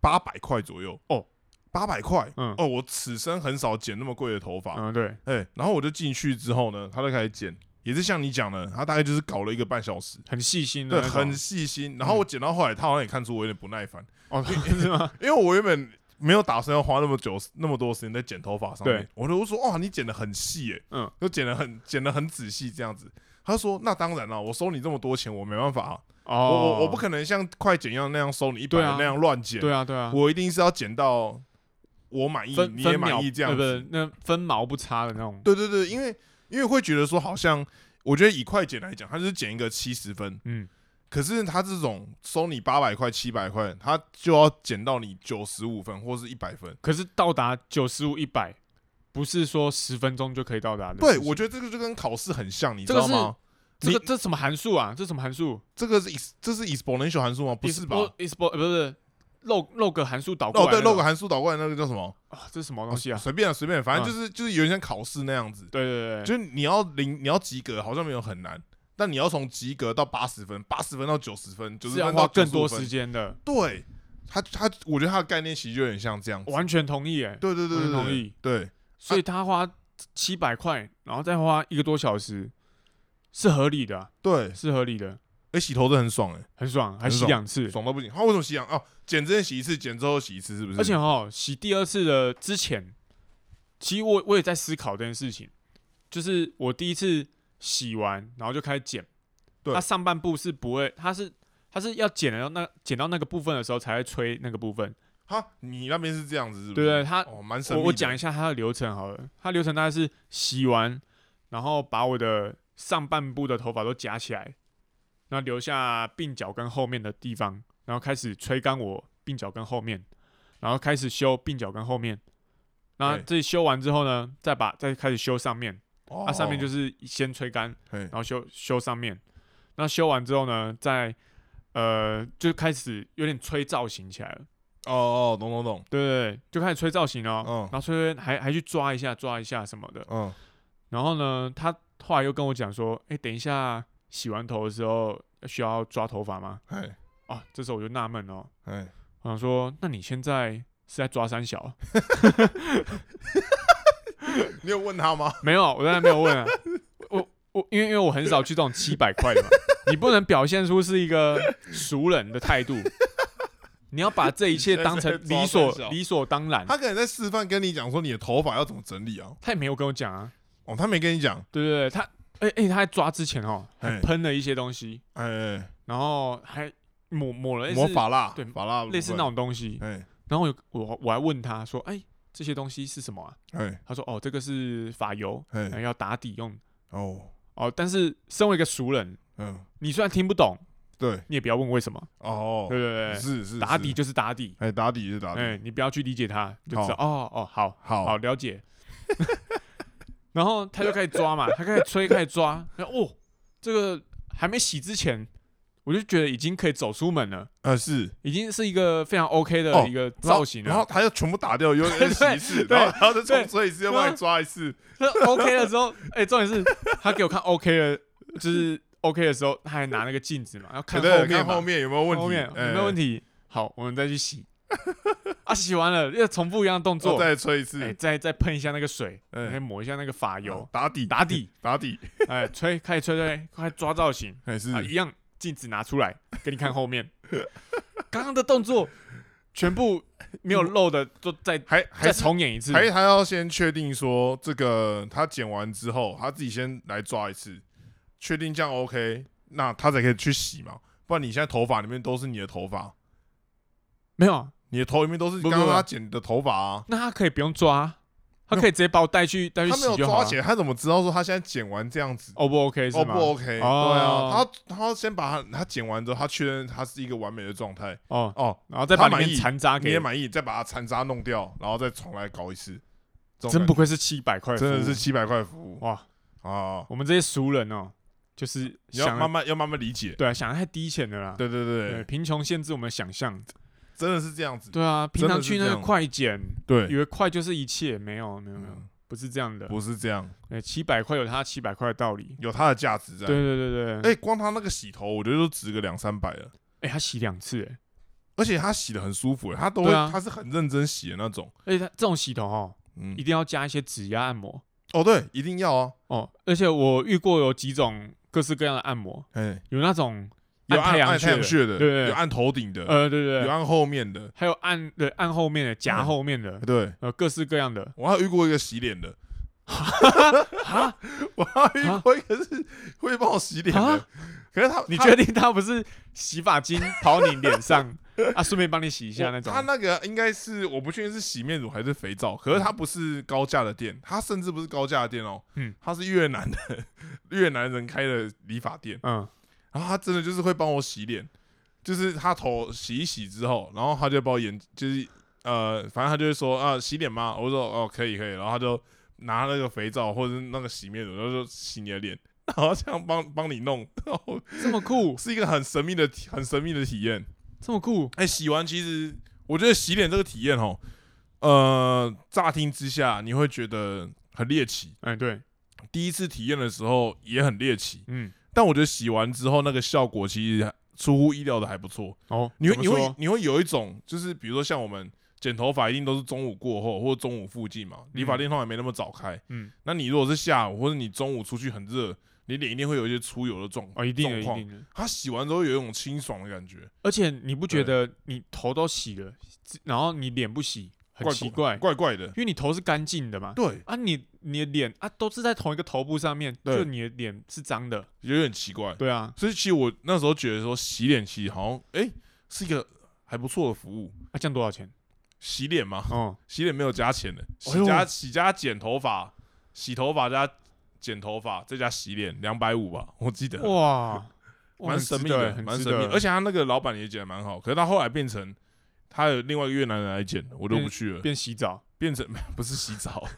Speaker 1: 八百块左右
Speaker 2: 哦，
Speaker 1: 八百块
Speaker 2: 嗯
Speaker 1: 哦，我此生很少剪那么贵的头发，哎、
Speaker 2: 嗯对，
Speaker 1: 然后我就进去之后呢，他就开始剪，也是像你讲的，他大概就是搞了一个半小时。
Speaker 2: 很细心的
Speaker 1: 对，
Speaker 2: 那种，嗯
Speaker 1: 很细心。然后我剪到后来，他好像也看出我有点不耐烦，
Speaker 2: 哦 是吗？
Speaker 1: 因为我原本没有打算要花那么久、那么多时间在剪头发上面
Speaker 2: 对。
Speaker 1: 我就说：“哇，你剪的很细诶、
Speaker 2: 嗯，
Speaker 1: 就剪的很剪的很仔细这样子。”他说：“那当然了，我收你这么多钱，我没办法啊、
Speaker 2: 哦，
Speaker 1: 我我我不可能像快剪一样那样收你一百
Speaker 2: 对啊
Speaker 1: 那样乱剪，
Speaker 2: 对啊对啊，
Speaker 1: 我一定是要剪到我满意，
Speaker 2: 分
Speaker 1: 你也
Speaker 2: 分
Speaker 1: 满
Speaker 2: 秒
Speaker 1: 意这样
Speaker 2: 呃不
Speaker 1: 子
Speaker 2: 是。那分毛不差的那种，
Speaker 1: 对对对，因为因为会觉得说好像，我觉得以快剪来讲，他就是剪一个七十分，
Speaker 2: 嗯，
Speaker 1: 可是他这种收你八百块、七百块，他就要减到你九十五分或是一百分。
Speaker 2: 可是到达九十五一百，不是说十分钟就可以到达的事
Speaker 1: 对，
Speaker 2: 情。
Speaker 1: 我觉得这个就跟考试很像，你知
Speaker 2: 这个
Speaker 1: 道吗？
Speaker 2: 这个
Speaker 1: 你
Speaker 2: 这什么函数啊？这什么函数？
Speaker 1: 这个是 ex- 这是 exponential 函数吗？不是吧？
Speaker 2: expo- expo- 呃不是 log log 函数导过
Speaker 1: 哦，
Speaker 2: 来
Speaker 1: 对
Speaker 2: 那种
Speaker 1: ，log 函数导过来那个叫什么？
Speaker 2: 啊，这是什么东西啊？
Speaker 1: 随便啊随便，反正就是就是有点像考试那样子，
Speaker 2: 对对对
Speaker 1: 就
Speaker 2: 对，
Speaker 1: 是你要零，你要及格，好像没有很难，但你要从及格到八十分，八十分到九十分，九十
Speaker 2: 是要
Speaker 1: 分
Speaker 2: 花
Speaker 1: 到
Speaker 2: 更多
Speaker 1: 95
Speaker 2: 时
Speaker 1: 分。
Speaker 2: 间的，
Speaker 1: 对，他他，我觉得他的概念其实就有点像这样子。
Speaker 2: 完全同意哎，
Speaker 1: 对对对
Speaker 2: 完
Speaker 1: 对
Speaker 2: 全同
Speaker 1: 对
Speaker 2: 意。
Speaker 1: 对，
Speaker 2: 所以他花七百块，然后再花一个多小时，是合理的啊，
Speaker 1: 对，
Speaker 2: 是合理的，
Speaker 1: 哎，洗头真的很爽哎。
Speaker 2: 很爽，还
Speaker 1: 很
Speaker 2: 洗
Speaker 1: 爽
Speaker 2: 两次。
Speaker 1: 爽到不行。他为什么洗痒？哦，剪之前洗一次，剪之后洗一次，是不是？
Speaker 2: 而且哦，洗第二次的之前，其实我我也在思考这件事情，就是我第一次洗完，然后就开始剪，
Speaker 1: 对
Speaker 2: 它上半部是不会，它是它是要剪到那剪到那个部分的时候才会吹那个部分，
Speaker 1: 哈，你那边是这样子，是不
Speaker 2: 对
Speaker 1: 是？
Speaker 2: 不对？它、
Speaker 1: 哦，蛮神
Speaker 2: 我
Speaker 1: 秘的。
Speaker 2: 我讲一下它的流程好了，它流程大概是洗完，然后把我的上半部的头发都夹起来，然后留下鬓角跟后面的地方，然后开始吹干我鬓角跟后面，然后开始修鬓角跟后面。那
Speaker 1: 对
Speaker 2: 这里修完之后呢，再把再开始修上面，
Speaker 1: 哦，
Speaker 2: 那、上面就是先吹干，
Speaker 1: 嘿
Speaker 2: 然后修修上面。那修完之后呢，再呃就开始有点吹造型起来了，
Speaker 1: 哦哦，懂懂懂，
Speaker 2: 对对对，就开始吹造型哦。
Speaker 1: 嗯
Speaker 2: 然后吹吹还还去抓一下抓一下什么的。
Speaker 1: 嗯，
Speaker 2: 然后呢，他后来又跟我讲说，哎、等一下洗完头的时候需要抓头发吗？
Speaker 1: 哎
Speaker 2: 啊，这时候我就纳闷哦，
Speaker 1: 哎，
Speaker 2: 我想说，那你现在是在抓三小？
Speaker 1: 你有问他吗？
Speaker 2: 没有，我当然没有问啊， 我我因为因为我很少去这种七百块的嘛，你不能表现出是一个熟人的态度。你要把这一切当成
Speaker 1: 你现
Speaker 2: 理
Speaker 1: 在是在抓
Speaker 2: 所
Speaker 1: 三小
Speaker 2: 理所当然，
Speaker 1: 他可能在示范跟你讲说你的头发要怎么整理啊。
Speaker 2: 他也没有跟我讲啊，
Speaker 1: 哦，他没跟你讲，
Speaker 2: 对对对，他哎哎、诶他在抓之前哦，还
Speaker 1: 哎
Speaker 2: 喷了一些东西，
Speaker 1: 哎哎，
Speaker 2: 然后还抹抹了类似
Speaker 1: 抹发蜡，
Speaker 2: 对
Speaker 1: 发蜡的部分
Speaker 2: 类似那，种东西。
Speaker 1: 哎
Speaker 2: 然后我有我我还问他说：“哎、这些东西是什么啊
Speaker 1: 哎？”
Speaker 2: 他说：“哦，这个是发油，呃
Speaker 1: 哎，
Speaker 2: 要打底用。
Speaker 1: 哦，”
Speaker 2: 哦，但是身为一个熟人，
Speaker 1: 嗯，
Speaker 2: 你虽然听不懂，
Speaker 1: 对，
Speaker 2: 你也不要问为什么，
Speaker 1: 哦，
Speaker 2: 对对对，
Speaker 1: 是是
Speaker 2: 打底
Speaker 1: 是
Speaker 2: 就是打底，
Speaker 1: 哎，打底是打
Speaker 2: 哎、
Speaker 1: 底，
Speaker 2: 你不要去理解他，就知道哦哦好
Speaker 1: 好
Speaker 2: 好，了解。然后他就开始抓嘛，他开始吹，开始抓，然后哦，这个还没洗之前，我就觉得已经可以走出门了，
Speaker 1: 呃，是，
Speaker 2: 已经是一个非常 OK
Speaker 1: 哦
Speaker 2: 的一个
Speaker 1: 然后
Speaker 2: 造型了。啊
Speaker 1: 然 后他要全部打掉，又又洗一次，
Speaker 2: 对
Speaker 1: 然后然后再
Speaker 2: 对啊
Speaker 1: 重吹一次，又帮你抓一次，
Speaker 2: 他 OK 了之后，哎、重点是他给我看 OK 了，就是 OK 的时候，他还拿那个镜子嘛，要看
Speaker 1: 对
Speaker 2: 后
Speaker 1: 对，
Speaker 2: 面
Speaker 1: 看
Speaker 2: 嘛
Speaker 1: 后面有没有问题，哎
Speaker 2: 后面有没有问
Speaker 1: 题，
Speaker 2: 题？好，我们再去洗。 啊，洗完了又重复一样动
Speaker 1: 然后哦
Speaker 2: 作，
Speaker 1: 再吹一次
Speaker 2: 哎、，再再喷一下那个水，
Speaker 1: 嗯
Speaker 2: 再抹一下那个发
Speaker 1: 有
Speaker 2: 油，
Speaker 1: 打底
Speaker 2: 打底，
Speaker 1: 打底，
Speaker 2: 哎、吹，开始吹吹，快抓造型，
Speaker 1: 还是
Speaker 2: 啊，一样镜子拿出来给你看 后面，刚刚的动作全部没有漏的，都再
Speaker 1: 还
Speaker 2: 再
Speaker 1: 还是
Speaker 2: 重演一次，
Speaker 1: 还还要先确定说这个他剪完之后，他自己先来抓一次，确定这样 OK，那他才可以去洗嘛，不然你现在头发里面都是你的头发，
Speaker 2: 没有啊？
Speaker 1: 你的头里面都是
Speaker 2: 不不
Speaker 1: 刚刚
Speaker 2: 不
Speaker 1: 他剪的头发啊。
Speaker 2: 那他可以不用抓啊，他可以直接把我带去带去
Speaker 1: 他没
Speaker 2: 洗
Speaker 1: 有
Speaker 2: 就好
Speaker 1: 抓
Speaker 2: 了
Speaker 1: 起。来，他怎么知道说他现在剪完这样子
Speaker 2: 哦不 OK 是
Speaker 1: 哦
Speaker 2: 吗？
Speaker 1: 不 OK？、对
Speaker 2: 哦
Speaker 1: 啊，他他要先把他他剪完之后，他确认他是一个完美的状态
Speaker 2: 哦，
Speaker 1: 哦，
Speaker 2: 然后再
Speaker 1: 他
Speaker 2: 把里
Speaker 1: 满意
Speaker 2: 面残渣
Speaker 1: 你
Speaker 2: 给
Speaker 1: 也满意，再把它残渣弄掉，然后再重来搞一次。这种
Speaker 2: 真
Speaker 1: 感
Speaker 2: 不
Speaker 1: 觉
Speaker 2: 愧是七百块，
Speaker 1: 真的是七百块服务
Speaker 2: 哇！
Speaker 1: 啊！
Speaker 2: 我们这些俗人哦，就是
Speaker 1: 你要
Speaker 2: 想
Speaker 1: 慢慢要慢慢理解，
Speaker 2: 对啊，想得太低浅了啦。
Speaker 1: 对对对，
Speaker 2: 对，贫穷限制我们的想象。
Speaker 1: 真的是这样子。
Speaker 2: 对啊，平常
Speaker 1: 真
Speaker 2: 去那
Speaker 1: 的是这
Speaker 2: 个
Speaker 1: 样
Speaker 2: 快剪，以
Speaker 1: 对，
Speaker 2: 为快就是一切，没有没有没有
Speaker 1: 嗯，
Speaker 2: 不是这样的。
Speaker 1: 不是这样，
Speaker 2: 对，七百块有它七百块的道理。
Speaker 1: 有它的价值在
Speaker 2: 对。对对对，
Speaker 1: 哎、光他那个洗头，我觉得都值个两三百了，
Speaker 2: 哎，他洗两次，哎，
Speaker 1: 而且他洗的很舒服、欸他都会，
Speaker 2: 对啊
Speaker 1: 他是很认真洗的那种。
Speaker 2: 而且哎他这种洗头哦，
Speaker 1: 嗯
Speaker 2: 一，定要加一些指压按摩
Speaker 1: 哦，对，一定要啊，
Speaker 2: 哦。而且我遇过有几种各式各样的按摩，
Speaker 1: 哎、
Speaker 2: 有那种
Speaker 1: 有
Speaker 2: 按太阳
Speaker 1: 按
Speaker 2: 穴的
Speaker 1: 穴的，
Speaker 2: 对对对
Speaker 1: 有按头顶的，
Speaker 2: 呃，对对
Speaker 1: 有
Speaker 2: 对，
Speaker 1: 按后面的，
Speaker 2: 还有按对按后面的夹
Speaker 1: 嗯
Speaker 2: 后面的，
Speaker 1: 对。
Speaker 2: 呃，各式各样的。
Speaker 1: 我还遇过一个洗脸的，
Speaker 2: 啊
Speaker 1: 我还遇过一个是会帮我洗脸的
Speaker 2: 啊，
Speaker 1: 可是他
Speaker 2: 你
Speaker 1: 他
Speaker 2: 确定 他不是洗发精跑你脸 上啊？顺便帮你洗一下那种
Speaker 1: 他？那个应该是我不确定是洗面乳还是肥皂，可是它不是高价的店，它甚至不是高价的店哦，
Speaker 2: 嗯，
Speaker 1: 它是越南的 越南人开的理发店，
Speaker 2: 嗯，
Speaker 1: 然后他真的就是会帮我洗脸，就是他头洗一洗之后，然后他就帮我眼，就是呃，反正他就会说啊洗脸吗？我就说哦可以可以，然后他就拿那个肥皂或者是那个洗面乳，然后就洗你的脸，然后这样帮帮你弄， 然后
Speaker 2: 这么酷，
Speaker 1: 是一个很神秘的体很神秘的体验。
Speaker 2: 这么酷，
Speaker 1: 哎、洗完其实我觉得洗脸这个体验哦，呃，乍听之下你会觉得很猎奇，
Speaker 2: 哎，对，
Speaker 1: 第一次体验的时候也很猎奇，
Speaker 2: 嗯，
Speaker 1: 但我觉得洗完之后那个效果其实出乎意料的还不错。
Speaker 2: 哦，
Speaker 1: 你会
Speaker 2: 怎么
Speaker 1: 你会
Speaker 2: 说
Speaker 1: 你会有一种就是比如说像我们剪头发一定都是中午过后或中午附近嘛，理发店通常也没那么早开。
Speaker 2: 嗯，
Speaker 1: 那你如果是下午或者你中午出去很热，你脸一定会有一些出油的状
Speaker 2: 哦，一定
Speaker 1: 状
Speaker 2: 的，一
Speaker 1: 况
Speaker 2: 定的。
Speaker 1: 它洗完之后有一种清爽的感觉，
Speaker 2: 而且你不觉得你头都洗了，然后你脸不洗，很
Speaker 1: 怪
Speaker 2: 奇怪，
Speaker 1: 怪怪的
Speaker 2: 因。为你头是干净的嘛。
Speaker 1: 对，
Speaker 2: 啊你，你的脸啊，都是在同一个头部上面，
Speaker 1: 对
Speaker 2: 就你的脸是脏的，
Speaker 1: 有点奇怪。
Speaker 2: 对啊，
Speaker 1: 所以其实我那时候觉得说洗脸其实好像哎、是一个还不错的服务。
Speaker 2: 啊，这样多少钱？
Speaker 1: 洗脸嘛，
Speaker 2: 哦，
Speaker 1: 洗脸没有加钱的，
Speaker 2: 哎
Speaker 1: 洗
Speaker 2: 呦
Speaker 1: 加、洗加剪头发，洗头发加剪头发，再加洗脸，两百五吧， 我记得，
Speaker 2: 哇，哇
Speaker 1: 蛮
Speaker 2: 很
Speaker 1: 神
Speaker 2: 值
Speaker 1: 秘
Speaker 2: 得欸
Speaker 1: 的，
Speaker 2: 很
Speaker 1: 蛮
Speaker 2: 值
Speaker 1: 神秘。
Speaker 2: 得
Speaker 1: 而且他那个老板也剪得蛮好，可是他后来变成他有另外一个越南人来剪，我都不去了，变
Speaker 2: 变洗 澡，
Speaker 1: 成 不是洗 澡，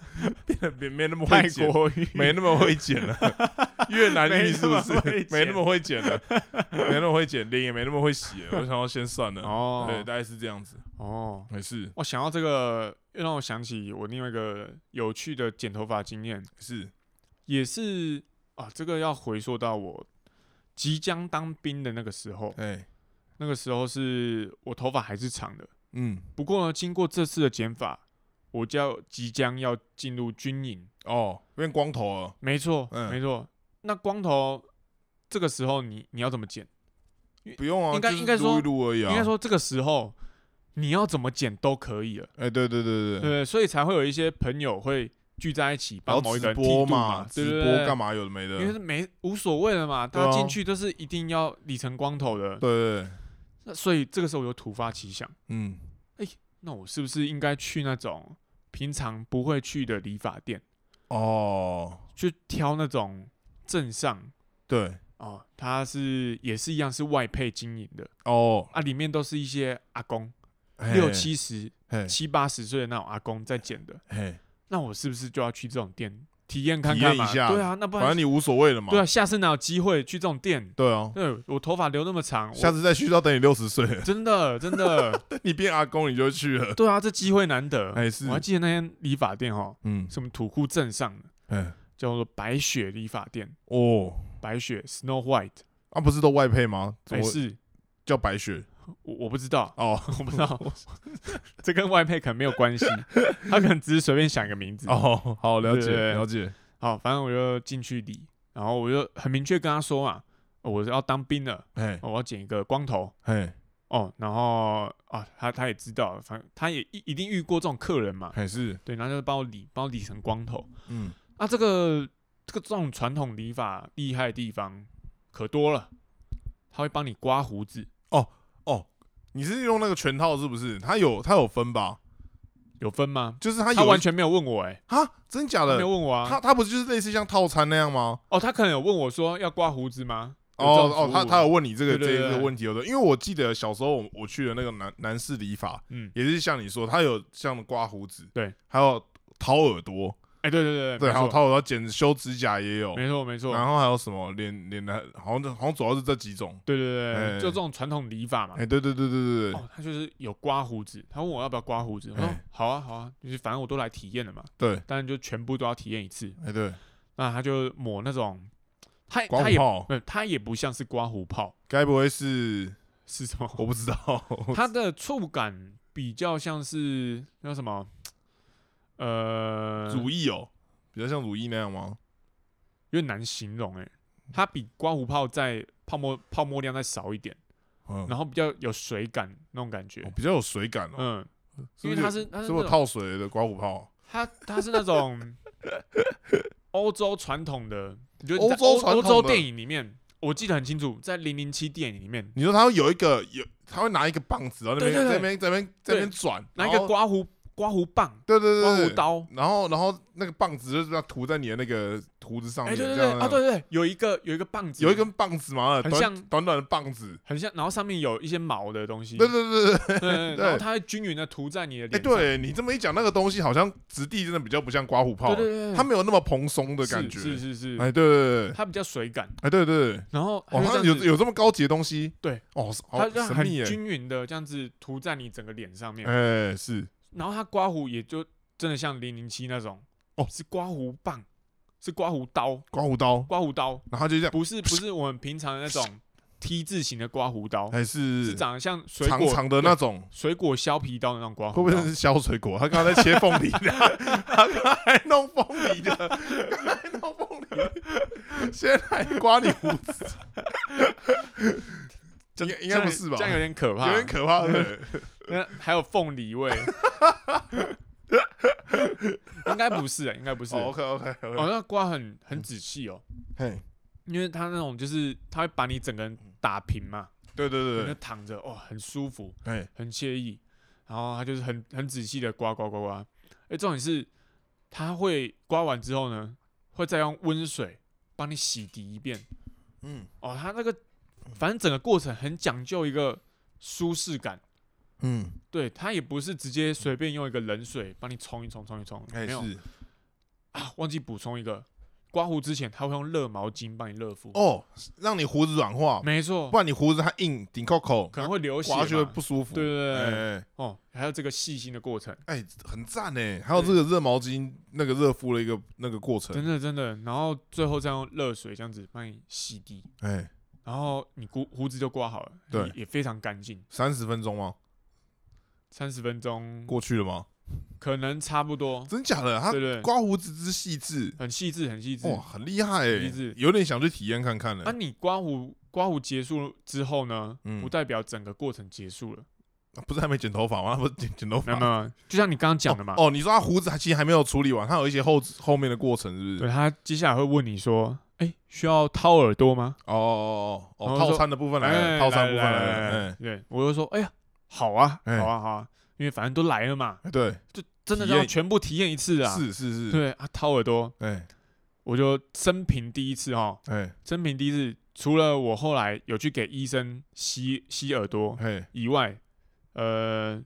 Speaker 1: 变得没没那么
Speaker 2: 泰
Speaker 1: 会剪，
Speaker 2: 国浴
Speaker 1: 没那么会剪了， 越南
Speaker 2: 没
Speaker 1: 语
Speaker 2: 那
Speaker 1: 是不
Speaker 2: 么
Speaker 1: 是
Speaker 2: 会剪
Speaker 1: 没那么会剪了，没那么会剪，脸也没那么会洗 了，我想要先算了。
Speaker 2: 哦，
Speaker 1: 对，大概是这样子，
Speaker 2: 哦，
Speaker 1: 没事
Speaker 2: 我想到这个，又让我想起我另外一个有趣的剪头发经验，
Speaker 1: 是
Speaker 2: 也是啊，这个要回溯到我即将当兵的那个时候，
Speaker 1: 哎、
Speaker 2: 那个时候是我头发还是长的，
Speaker 1: 嗯，
Speaker 2: 不过呢，经过这次的剪法，我就要即将要进入军营，
Speaker 1: 哦，变光头了。
Speaker 2: 没错，
Speaker 1: 嗯
Speaker 2: 没错。那光头这个时候你你要怎么剪？
Speaker 1: 不用啊，
Speaker 2: 应该
Speaker 1: 就是
Speaker 2: 应该说
Speaker 1: 撸一撸而已啊。
Speaker 2: 应该，说这个时候你要怎么剪都可以了，
Speaker 1: 哎，对对对对，
Speaker 2: 对，所以才会有一些朋友会聚在一起
Speaker 1: 然
Speaker 2: 帮某
Speaker 1: 后
Speaker 2: 一个
Speaker 1: 直
Speaker 2: 人剃
Speaker 1: 播
Speaker 2: 度嘛，对
Speaker 1: 直
Speaker 2: 不
Speaker 1: 播
Speaker 2: 对
Speaker 1: 干？嘛有的没的，
Speaker 2: 因为
Speaker 1: 对
Speaker 2: 是没无所谓了嘛，
Speaker 1: 对啊
Speaker 2: 他进去都是一定要理成光头的，
Speaker 1: 对，对
Speaker 2: 那所以这个时候我就突发奇想，
Speaker 1: 嗯，
Speaker 2: 那我是不是应该去那种平常不会去的理发店，
Speaker 1: 哦，
Speaker 2: 去挑那种镇上
Speaker 1: 对，
Speaker 2: 哦，它是也是一样是外配经营的
Speaker 1: 哦，
Speaker 2: 啊，里面都是一些阿公
Speaker 1: 嘿
Speaker 2: 六，七十、
Speaker 1: 嘿，
Speaker 2: 七八十岁的那种阿公在剪的，
Speaker 1: 嘿，
Speaker 2: 那我是不是就要去这种店体验看
Speaker 1: 体
Speaker 2: 看
Speaker 1: 验一
Speaker 2: 嘛？
Speaker 1: 下
Speaker 2: 对啊，那不
Speaker 1: 反正
Speaker 2: 然
Speaker 1: 你无所谓了嘛。
Speaker 2: 对啊，下次哪有机会去这种店？
Speaker 1: 对啊，
Speaker 2: 对我头发留那么长，我
Speaker 1: 下次再去到等你六十岁了，
Speaker 2: 真的真的，
Speaker 1: 等你变阿公你就去了。
Speaker 2: 对啊，这机会难得。
Speaker 1: 哎是
Speaker 2: 我还记得那间理发店哦，
Speaker 1: 嗯，
Speaker 2: 什么土库镇上的
Speaker 1: 哎
Speaker 2: 叫做白雪理发店，
Speaker 1: 哦，
Speaker 2: 白雪 Snow White
Speaker 1: 啊不是都外配吗？怎
Speaker 2: 还
Speaker 1: 么
Speaker 2: 是
Speaker 1: 叫白雪？
Speaker 2: 我我不知道，
Speaker 1: 哦
Speaker 2: 我不知道，这跟外配可能没有关系，他可能只是随便想一个名字。
Speaker 1: 哦，好了解
Speaker 2: 对对对
Speaker 1: 了解。
Speaker 2: 好，反正我就进去理，然后我就很明确跟他说嘛，哦我是要当兵了，
Speaker 1: 哎
Speaker 2: 哦我要剪一个光头
Speaker 1: 哎
Speaker 2: 哦，然后啊，他他也知道，反正他也一一定遇过这种客人嘛，
Speaker 1: 还是
Speaker 2: 对，然后就帮我理，帮我理成光头。
Speaker 1: 嗯
Speaker 2: 啊，这个这个这种传统理发厉害的地方可多了，他会帮你刮胡子，
Speaker 1: 哦，你是用那个全套是不是？它有它有分吧？
Speaker 2: 有分吗？
Speaker 1: 就是它
Speaker 2: 他
Speaker 1: 有
Speaker 2: 完全没有问我、欸，哎，
Speaker 1: 啊，真假
Speaker 2: 没有
Speaker 1: 的？
Speaker 2: 问我啊，
Speaker 1: 它它不是就是类似像套餐那样吗？
Speaker 2: 哦，他可能有问我说要刮胡子吗？
Speaker 1: 哦
Speaker 2: 有这种
Speaker 1: 哦，
Speaker 2: 服
Speaker 1: 他
Speaker 2: 务啊
Speaker 1: 他有问你这个
Speaker 2: 对对
Speaker 1: 这
Speaker 2: 对
Speaker 1: 个问题，有的，因为我记得小时候我我去的那个男男士理发，
Speaker 2: 嗯，
Speaker 1: 也是像你说，他有像刮胡子，
Speaker 2: 对，
Speaker 1: 还有掏耳朵，
Speaker 2: 哎、对对对
Speaker 1: 对，
Speaker 2: 没
Speaker 1: 还有啊
Speaker 2: 错，
Speaker 1: 掏耳朵剪修指甲也有，
Speaker 2: 没错没错，
Speaker 1: 然后还有什么脸脸的，好像好像主要是这几种。
Speaker 2: 对对
Speaker 1: 哎
Speaker 2: 对，就这种传统理发嘛
Speaker 1: 哎、。对对对对对对
Speaker 2: 啊哦，他就是有刮胡子，他问我要不要刮胡子，我说
Speaker 1: 哎
Speaker 2: 好啊好啊，就是反正我都来体验了嘛，
Speaker 1: 对，
Speaker 2: 当然就全部都要体验一次。
Speaker 1: 哎、对，
Speaker 2: 那他就抹那种，他
Speaker 1: 刮
Speaker 2: 他
Speaker 1: 胡
Speaker 2: 也
Speaker 1: 泡，
Speaker 2: 不，他也不像是刮胡泡，
Speaker 1: 该不会是
Speaker 2: 是什么？
Speaker 1: 我不知道，
Speaker 2: 它的触感比较像是那叫什么？呃，
Speaker 1: 乳液哦，比较像乳液那样吗？
Speaker 2: 有点难形容哎、它比刮胡泡在泡沫泡沫量再少一点，
Speaker 1: 嗯，
Speaker 2: 然后比较有水感那种感
Speaker 1: 哦
Speaker 2: 觉。
Speaker 1: 比较有水感哦，
Speaker 2: 嗯，
Speaker 1: 是
Speaker 2: 因
Speaker 1: 不
Speaker 2: 为
Speaker 1: 是
Speaker 2: 它是它
Speaker 1: 有
Speaker 2: 是
Speaker 1: 是不是有
Speaker 2: 那种
Speaker 1: 套水的刮胡泡？
Speaker 2: 它它是 那种欧洲传统的，你就
Speaker 1: 欧
Speaker 2: 在
Speaker 1: 洲传
Speaker 2: 欧
Speaker 1: 统的
Speaker 2: 洲电影里面，我记得很清楚，在零零七电影里面
Speaker 1: 你说他会有一个有，他会拿一个棒子，然后那边
Speaker 2: 对对对
Speaker 1: 在那边在那边在那边
Speaker 2: 对
Speaker 1: 转，
Speaker 2: 拿一
Speaker 1: 然
Speaker 2: 个
Speaker 1: 后
Speaker 2: 刮胡刮胡棒、
Speaker 1: 对哦对
Speaker 2: 刮
Speaker 1: 对
Speaker 2: 胡
Speaker 1: 对，
Speaker 2: 刀。
Speaker 1: 然后然后那个棒子就是要涂在你的那个胡子上
Speaker 2: 哎、
Speaker 1: 面，
Speaker 2: 对对
Speaker 1: 这
Speaker 2: 对
Speaker 1: 样
Speaker 2: 啊，对对对，有一个有一个棒子，
Speaker 1: 有一根棒子嘛，
Speaker 2: 很
Speaker 1: 短
Speaker 2: 像
Speaker 1: 短短的棒子，
Speaker 2: 很像，然后上面有一些毛的东西，
Speaker 1: 对对对对，对
Speaker 2: 对，
Speaker 1: 对
Speaker 2: 然后它会均匀的涂在你的
Speaker 1: 哎，
Speaker 2: 脸上，
Speaker 1: 对你这么一讲，那个东西好像质地真的比较不像刮胡泡
Speaker 2: 对，对对，
Speaker 1: 它没有那么蓬松的
Speaker 2: 的
Speaker 1: 感觉，
Speaker 2: 是是是，
Speaker 1: 哎，对对对对，
Speaker 2: 它比较水感，
Speaker 1: 哎，对对对，
Speaker 2: 然后
Speaker 1: 哦，
Speaker 2: 它
Speaker 1: 它有
Speaker 2: 就这样子
Speaker 1: 有这么高级的东西，
Speaker 2: 对，
Speaker 1: 哦，好
Speaker 2: 它这样
Speaker 1: 神
Speaker 2: 很
Speaker 1: 秘耶，
Speaker 2: 均匀的这样子涂在你整个脸上面，
Speaker 1: 哎，是
Speaker 2: 然后它刮胡也就真的像零零七那种，
Speaker 1: 哦
Speaker 2: 是刮胡棒，是刮胡刀，
Speaker 1: 刮胡刀，哎
Speaker 2: 刮胡刀
Speaker 1: 然后就这样，
Speaker 2: 不是不是我们平常的那种 T 字形的刮胡刀，
Speaker 1: 哎，
Speaker 2: 是
Speaker 1: 是
Speaker 2: 长得像水
Speaker 1: 长
Speaker 2: 果
Speaker 1: 长的那种。
Speaker 2: 水果削皮刀的那种刮
Speaker 1: 会不
Speaker 2: 胡
Speaker 1: 会
Speaker 2: 刀，
Speaker 1: 是削水果？他刚才在切凤梨 的，他刚才弄凤梨的，刚才弄凤梨，现在还刮你胡子，应该应该不是吧？
Speaker 2: 这样有点可怕，
Speaker 1: 有点可怕，对不对
Speaker 2: 那还有凤梨 味，应该不是、欸，应该不是。
Speaker 1: 哦
Speaker 2: 哦，
Speaker 1: ，OK OK
Speaker 2: 那刮很很仔细哦，
Speaker 1: 嘿，
Speaker 2: 因为它那种就是它会把你整个人打平嘛，
Speaker 1: 对对对
Speaker 2: 你就
Speaker 1: 嗯对，
Speaker 2: 躺着哦，很舒服，
Speaker 1: 哎，
Speaker 2: 很惬意。然后它就是很很仔细的刮刮刮刮，哎、重点是它会刮完之后呢，会再用温水帮你洗涤一遍。
Speaker 1: 嗯
Speaker 2: 哦，它那个反正整个过程很讲究一个舒适感。
Speaker 1: 嗯，
Speaker 2: 对，它也不是直接随便用一个冷水帮你冲一冲、冲一冲，
Speaker 1: 哎
Speaker 2: 没有
Speaker 1: 是
Speaker 2: 啊，忘记补充一个，刮胡之前它会用热毛巾帮你热敷，
Speaker 1: 哦，让你胡子软化，
Speaker 2: 没错
Speaker 1: 不，然你胡子它硬顶扣扣，
Speaker 2: 可能会流血
Speaker 1: 刮
Speaker 2: 嘛，
Speaker 1: 就会不舒服。
Speaker 2: 对对对对，
Speaker 1: 哎，哎
Speaker 2: 哦，还有这个细心的过程，
Speaker 1: 哎，很赞哎，还有这个热毛巾那个热敷的一个那个过程
Speaker 2: 真，的真的，然后最后再用热水这样子帮你洗涤，
Speaker 1: 哎，
Speaker 2: 然后你胡胡子就刮好了，
Speaker 1: 对
Speaker 2: 也也非常干净，
Speaker 1: 三十分钟吗？
Speaker 2: 三十分钟
Speaker 1: 过去了吗？
Speaker 2: 可能差不多，
Speaker 1: 真假的？他
Speaker 2: 对对，
Speaker 1: 刮胡子之细致，
Speaker 2: 很细致，很细致。
Speaker 1: 哇，很厉害哎
Speaker 2: 细致，
Speaker 1: 有点想去体验看看啊
Speaker 2: 那、
Speaker 1: 了。
Speaker 2: 你刮胡刮胡结束之后呢，
Speaker 1: 嗯
Speaker 2: 不代表整个过程结束了。
Speaker 1: 啊不是还没剪头发吗？他不 是剪剪头
Speaker 2: 没有
Speaker 1: 发哦
Speaker 2: 没？有，就像你刚刚讲的嘛，
Speaker 1: 啊哦，你说他胡子还其实还没有处理完，他有一些后后面的过程，是不
Speaker 2: 对
Speaker 1: 是？
Speaker 2: 他接下来会问你说，哎、需要掏耳朵吗？
Speaker 1: 哦哦哦哦，
Speaker 2: 然后说
Speaker 1: 套餐的部分来
Speaker 2: 哎
Speaker 1: 了，套餐部分
Speaker 2: 来
Speaker 1: 来
Speaker 2: 来
Speaker 1: 了，
Speaker 2: 对我就说，哎呀，好啊，
Speaker 1: 哎
Speaker 2: 好啊，好啊，因为反正都来了嘛，
Speaker 1: 哎，对，
Speaker 2: 就真的
Speaker 1: 体验
Speaker 2: 要全部体验一次啊。
Speaker 1: 是是是，
Speaker 2: 对啊，掏耳朵，
Speaker 1: 哎
Speaker 2: 我就生平第一次哈，
Speaker 1: 哎
Speaker 2: 生平第一次，除了我后来有去给医生吸吸耳朵
Speaker 1: 哎
Speaker 2: 以外，呃，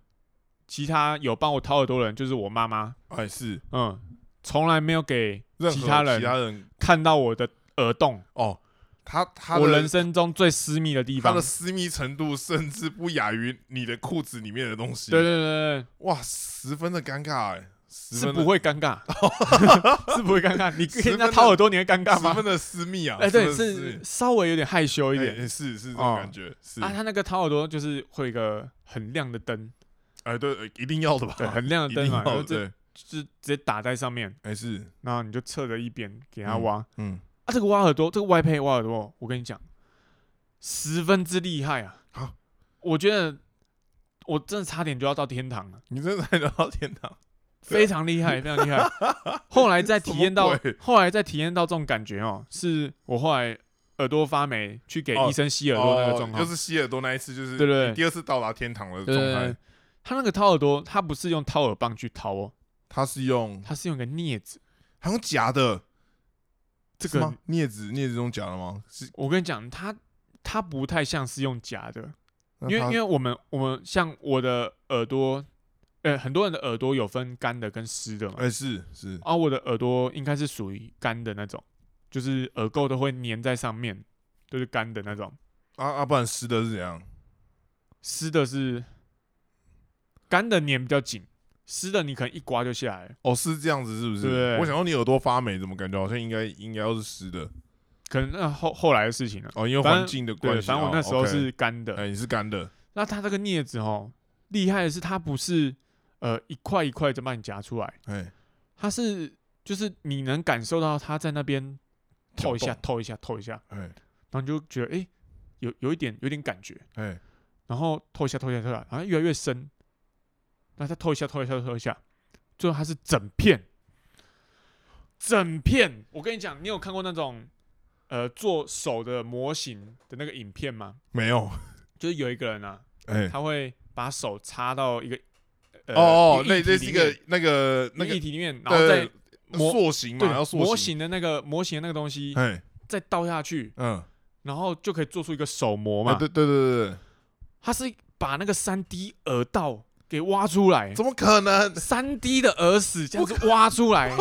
Speaker 2: 其他有帮我掏耳朵的人就是我妈妈，
Speaker 1: 哎是，
Speaker 2: 嗯，从来没有给
Speaker 1: 任何
Speaker 2: 其他人
Speaker 1: 其他人
Speaker 2: 看到我的耳洞，
Speaker 1: 哦，他他的
Speaker 2: 我人生中最私密的地
Speaker 1: 他
Speaker 2: 方
Speaker 1: 的。私密程度甚至不亚于你的裤子里面的东西。
Speaker 2: 对对对对，
Speaker 1: 哇，十分的尴尬哎、十
Speaker 2: 是
Speaker 1: 分的
Speaker 2: 不会尴尬， 是不会尴尬。你跟
Speaker 1: 十
Speaker 2: 人
Speaker 1: 分
Speaker 2: 家
Speaker 1: 的
Speaker 2: 掏耳朵，你会尴尬
Speaker 1: 十
Speaker 2: 吗
Speaker 1: 分？的私密啊！
Speaker 2: 哎，
Speaker 1: 十
Speaker 2: 对，
Speaker 1: 分的私
Speaker 2: 是
Speaker 1: 密
Speaker 2: 稍微有点害羞一点
Speaker 1: 哎是是这种
Speaker 2: 哦
Speaker 1: 感觉，是
Speaker 2: 啊。他那个掏耳朵就是会有一个很亮的灯，
Speaker 1: 哎对，呃一定要的吧？
Speaker 2: 对， 很亮
Speaker 1: 一
Speaker 2: 的
Speaker 1: 定
Speaker 2: 灯嘛，然
Speaker 1: 要
Speaker 2: 后
Speaker 1: 的
Speaker 2: 就
Speaker 1: 对，
Speaker 2: 就直接打在上面，
Speaker 1: 哎是
Speaker 2: 然后你就侧着一边给他挖。
Speaker 1: 嗯，
Speaker 2: 啊，这个挖耳朵，这个外配挖耳朵，我跟你讲，十分之厉害啊！
Speaker 1: 好
Speaker 2: 我觉得我真的差点就要到天堂了，
Speaker 1: 你真的来到天堂，
Speaker 2: 非常厉害，非常厉 害。后来再体验到
Speaker 1: 啊什么鬼，
Speaker 2: 后来再体验到这种感觉哦，是我后来耳朵发霉去给
Speaker 1: 哦
Speaker 2: 医生吸耳朵那
Speaker 1: 哦
Speaker 2: 个状况，
Speaker 1: 就是吸耳朵那一次，就是
Speaker 2: 对对对
Speaker 1: 第二次到达天堂的
Speaker 2: 对
Speaker 1: 状
Speaker 2: 对
Speaker 1: 态
Speaker 2: 对，。他那个掏耳朵，他不是用掏耳棒去掏哦，
Speaker 1: 他是用
Speaker 2: 他是用一个镊子。
Speaker 1: 好像假的，
Speaker 2: 这
Speaker 1: 是
Speaker 2: 个
Speaker 1: 吗镊子镊子用假的吗？是，
Speaker 2: 我跟你讲，他他不太像是用夹的，
Speaker 1: 因
Speaker 2: 因为因为我们我们像我的耳朵，呃，很多人的耳朵有分干的跟湿的嘛，
Speaker 1: 哎是是
Speaker 2: 啊，我的耳朵应该是属于干的那种，就是耳垢都会粘在上面，就是干的那种，
Speaker 1: 啊啊，不然湿的是怎样？
Speaker 2: 湿的是干的粘比较紧，湿的你可能一刮就下来了，
Speaker 1: 哦，是这样子，是不
Speaker 2: 对
Speaker 1: 是？
Speaker 2: 对
Speaker 1: 我想到你耳朵发霉，怎么感觉好像应该应该要是湿的？
Speaker 2: 可能那后后来的事情了。
Speaker 1: 哦，因为
Speaker 2: 反
Speaker 1: 环
Speaker 2: 正
Speaker 1: 境的
Speaker 2: 对，
Speaker 1: 关系。
Speaker 2: 反正我
Speaker 1: 哦
Speaker 2: 那时候
Speaker 1: OK
Speaker 2: 是干的，
Speaker 1: 哎、你是干的，
Speaker 2: 那它这个镊子哦，厉害的是它不是呃一块一块的帮你夹出来，
Speaker 1: 哎、
Speaker 2: 它是就是你能感受到它在那边透一
Speaker 1: 搅
Speaker 2: 下、
Speaker 1: 动
Speaker 2: 透一下、透一下，
Speaker 1: 哎、
Speaker 2: 然后你就觉得诶，有有一点有点感觉，
Speaker 1: 哎、
Speaker 2: 然后透一下、透一下、透一下，好像越来越深，那再透一下、透一下、透一下，最后它是整片，整片。我跟你讲，你有看过那种呃做手的模型的那个影片吗？
Speaker 1: 没有，
Speaker 2: 就是有一个人啊，
Speaker 1: 哎、
Speaker 2: 他会把手插到一个呃
Speaker 1: 哦哦，
Speaker 2: 一个
Speaker 1: 那
Speaker 2: 液体
Speaker 1: 那是一
Speaker 2: 里面
Speaker 1: 个那个
Speaker 2: 一
Speaker 1: 那
Speaker 2: 个液
Speaker 1: 个呃
Speaker 2: 体里面，然后再
Speaker 1: 对
Speaker 2: 模
Speaker 1: 塑形嘛，
Speaker 2: 对
Speaker 1: 要塑
Speaker 2: 模，型的那个模型的那个东西
Speaker 1: 哎、
Speaker 2: 再倒下去，
Speaker 1: 嗯，
Speaker 2: 然后就可以做出一个手模
Speaker 1: 啊
Speaker 2: 嘛。
Speaker 1: 对对对对
Speaker 2: 哎它是把那个三 D 耳道给挖出来
Speaker 1: 对，，怎么可能？
Speaker 2: 三 D 的耳屎这样子挖出来，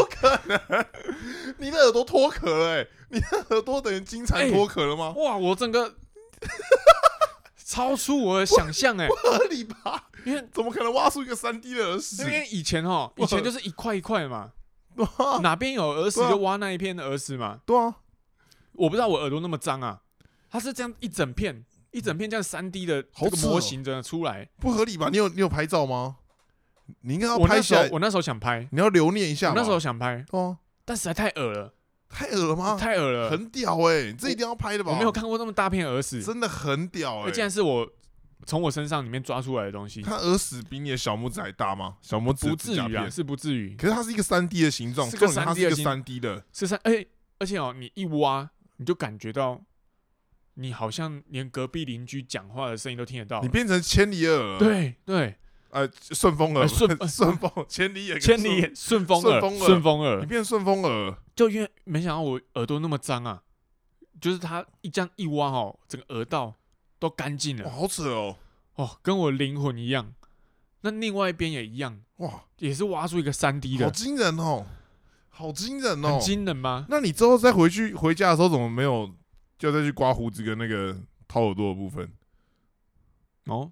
Speaker 1: 你的耳朵脱壳了、哎，你的耳朵等于金蝉
Speaker 2: 哎
Speaker 1: 脱壳了吗？
Speaker 2: 哇！我整个超出我的想象哎，
Speaker 1: 合理吧？
Speaker 2: 因为
Speaker 1: 怎么可能挖出一个三 D 的耳屎
Speaker 2: 因？为以前哦，以前就是一块一块嘛，
Speaker 1: 对啊，
Speaker 2: 哪边有耳屎就挖那一片的耳屎嘛。
Speaker 1: 对啊，
Speaker 2: 我不知道我耳朵那么脏啊，它是这样一整片一整片这样三 D 的
Speaker 1: 好
Speaker 2: 这个
Speaker 1: 扯哦
Speaker 2: 模型的出来。
Speaker 1: 不合理吧？你有你有拍照吗？你应该要
Speaker 2: 我
Speaker 1: 啊拍
Speaker 2: 那时
Speaker 1: 下
Speaker 2: 候
Speaker 1: 来，
Speaker 2: 我那时候想拍，
Speaker 1: 你要留念一
Speaker 2: 我
Speaker 1: 下吧。
Speaker 2: 那时候想拍，
Speaker 1: 对啊，
Speaker 2: 但实在太恶了，
Speaker 1: 太恶了吗？
Speaker 2: 太恶了，
Speaker 1: 啊很屌哎、这一定要拍的吧？
Speaker 2: 我没有看过那么大片耳屎，
Speaker 1: 真的很屌哎、
Speaker 2: 那竟然是我从我身上里面抓出来的东西，
Speaker 1: 它耳屎比你的小拇指还大吗？小拇指
Speaker 2: 不
Speaker 1: 指
Speaker 2: 至
Speaker 1: 甲
Speaker 2: 于啊，
Speaker 1: 片，
Speaker 2: 是不至于，
Speaker 1: 可是它是一个三 D 的形状，
Speaker 2: 是个
Speaker 1: 重点它是一
Speaker 2: 3D
Speaker 1: 个
Speaker 2: 的形
Speaker 1: 三 D 的，
Speaker 2: 是三，哎，而且哦，你一挖你就感觉到，你好像连隔壁邻居讲话的声音都听得到
Speaker 1: 你，变成千里耳了，，
Speaker 2: 对对，
Speaker 1: 呃，顺风耳，
Speaker 2: 呃顺 呃
Speaker 1: 顺风千里耳，
Speaker 2: 千里，眼顺风耳，
Speaker 1: 顺风耳
Speaker 2: 顺风
Speaker 1: 你
Speaker 2: 耳，
Speaker 1: 变顺风耳，
Speaker 2: 就因为没想到我耳朵那么脏啊，就是它一这样一挖哦，整个耳道都干净
Speaker 1: 哇，
Speaker 2: 了，
Speaker 1: 好扯哦，
Speaker 2: 哦，跟我灵魂一样，那另外一边也一样。
Speaker 1: 哇，
Speaker 2: 也是挖出一个三 D
Speaker 1: 好
Speaker 2: 的，
Speaker 1: 惊人哦，好惊人
Speaker 2: 很
Speaker 1: 哦，
Speaker 2: 惊人吗？
Speaker 1: 那你之后再回去回家的时候，怎么没有就再去刮胡子跟那个掏耳朵的部分？
Speaker 2: 哦，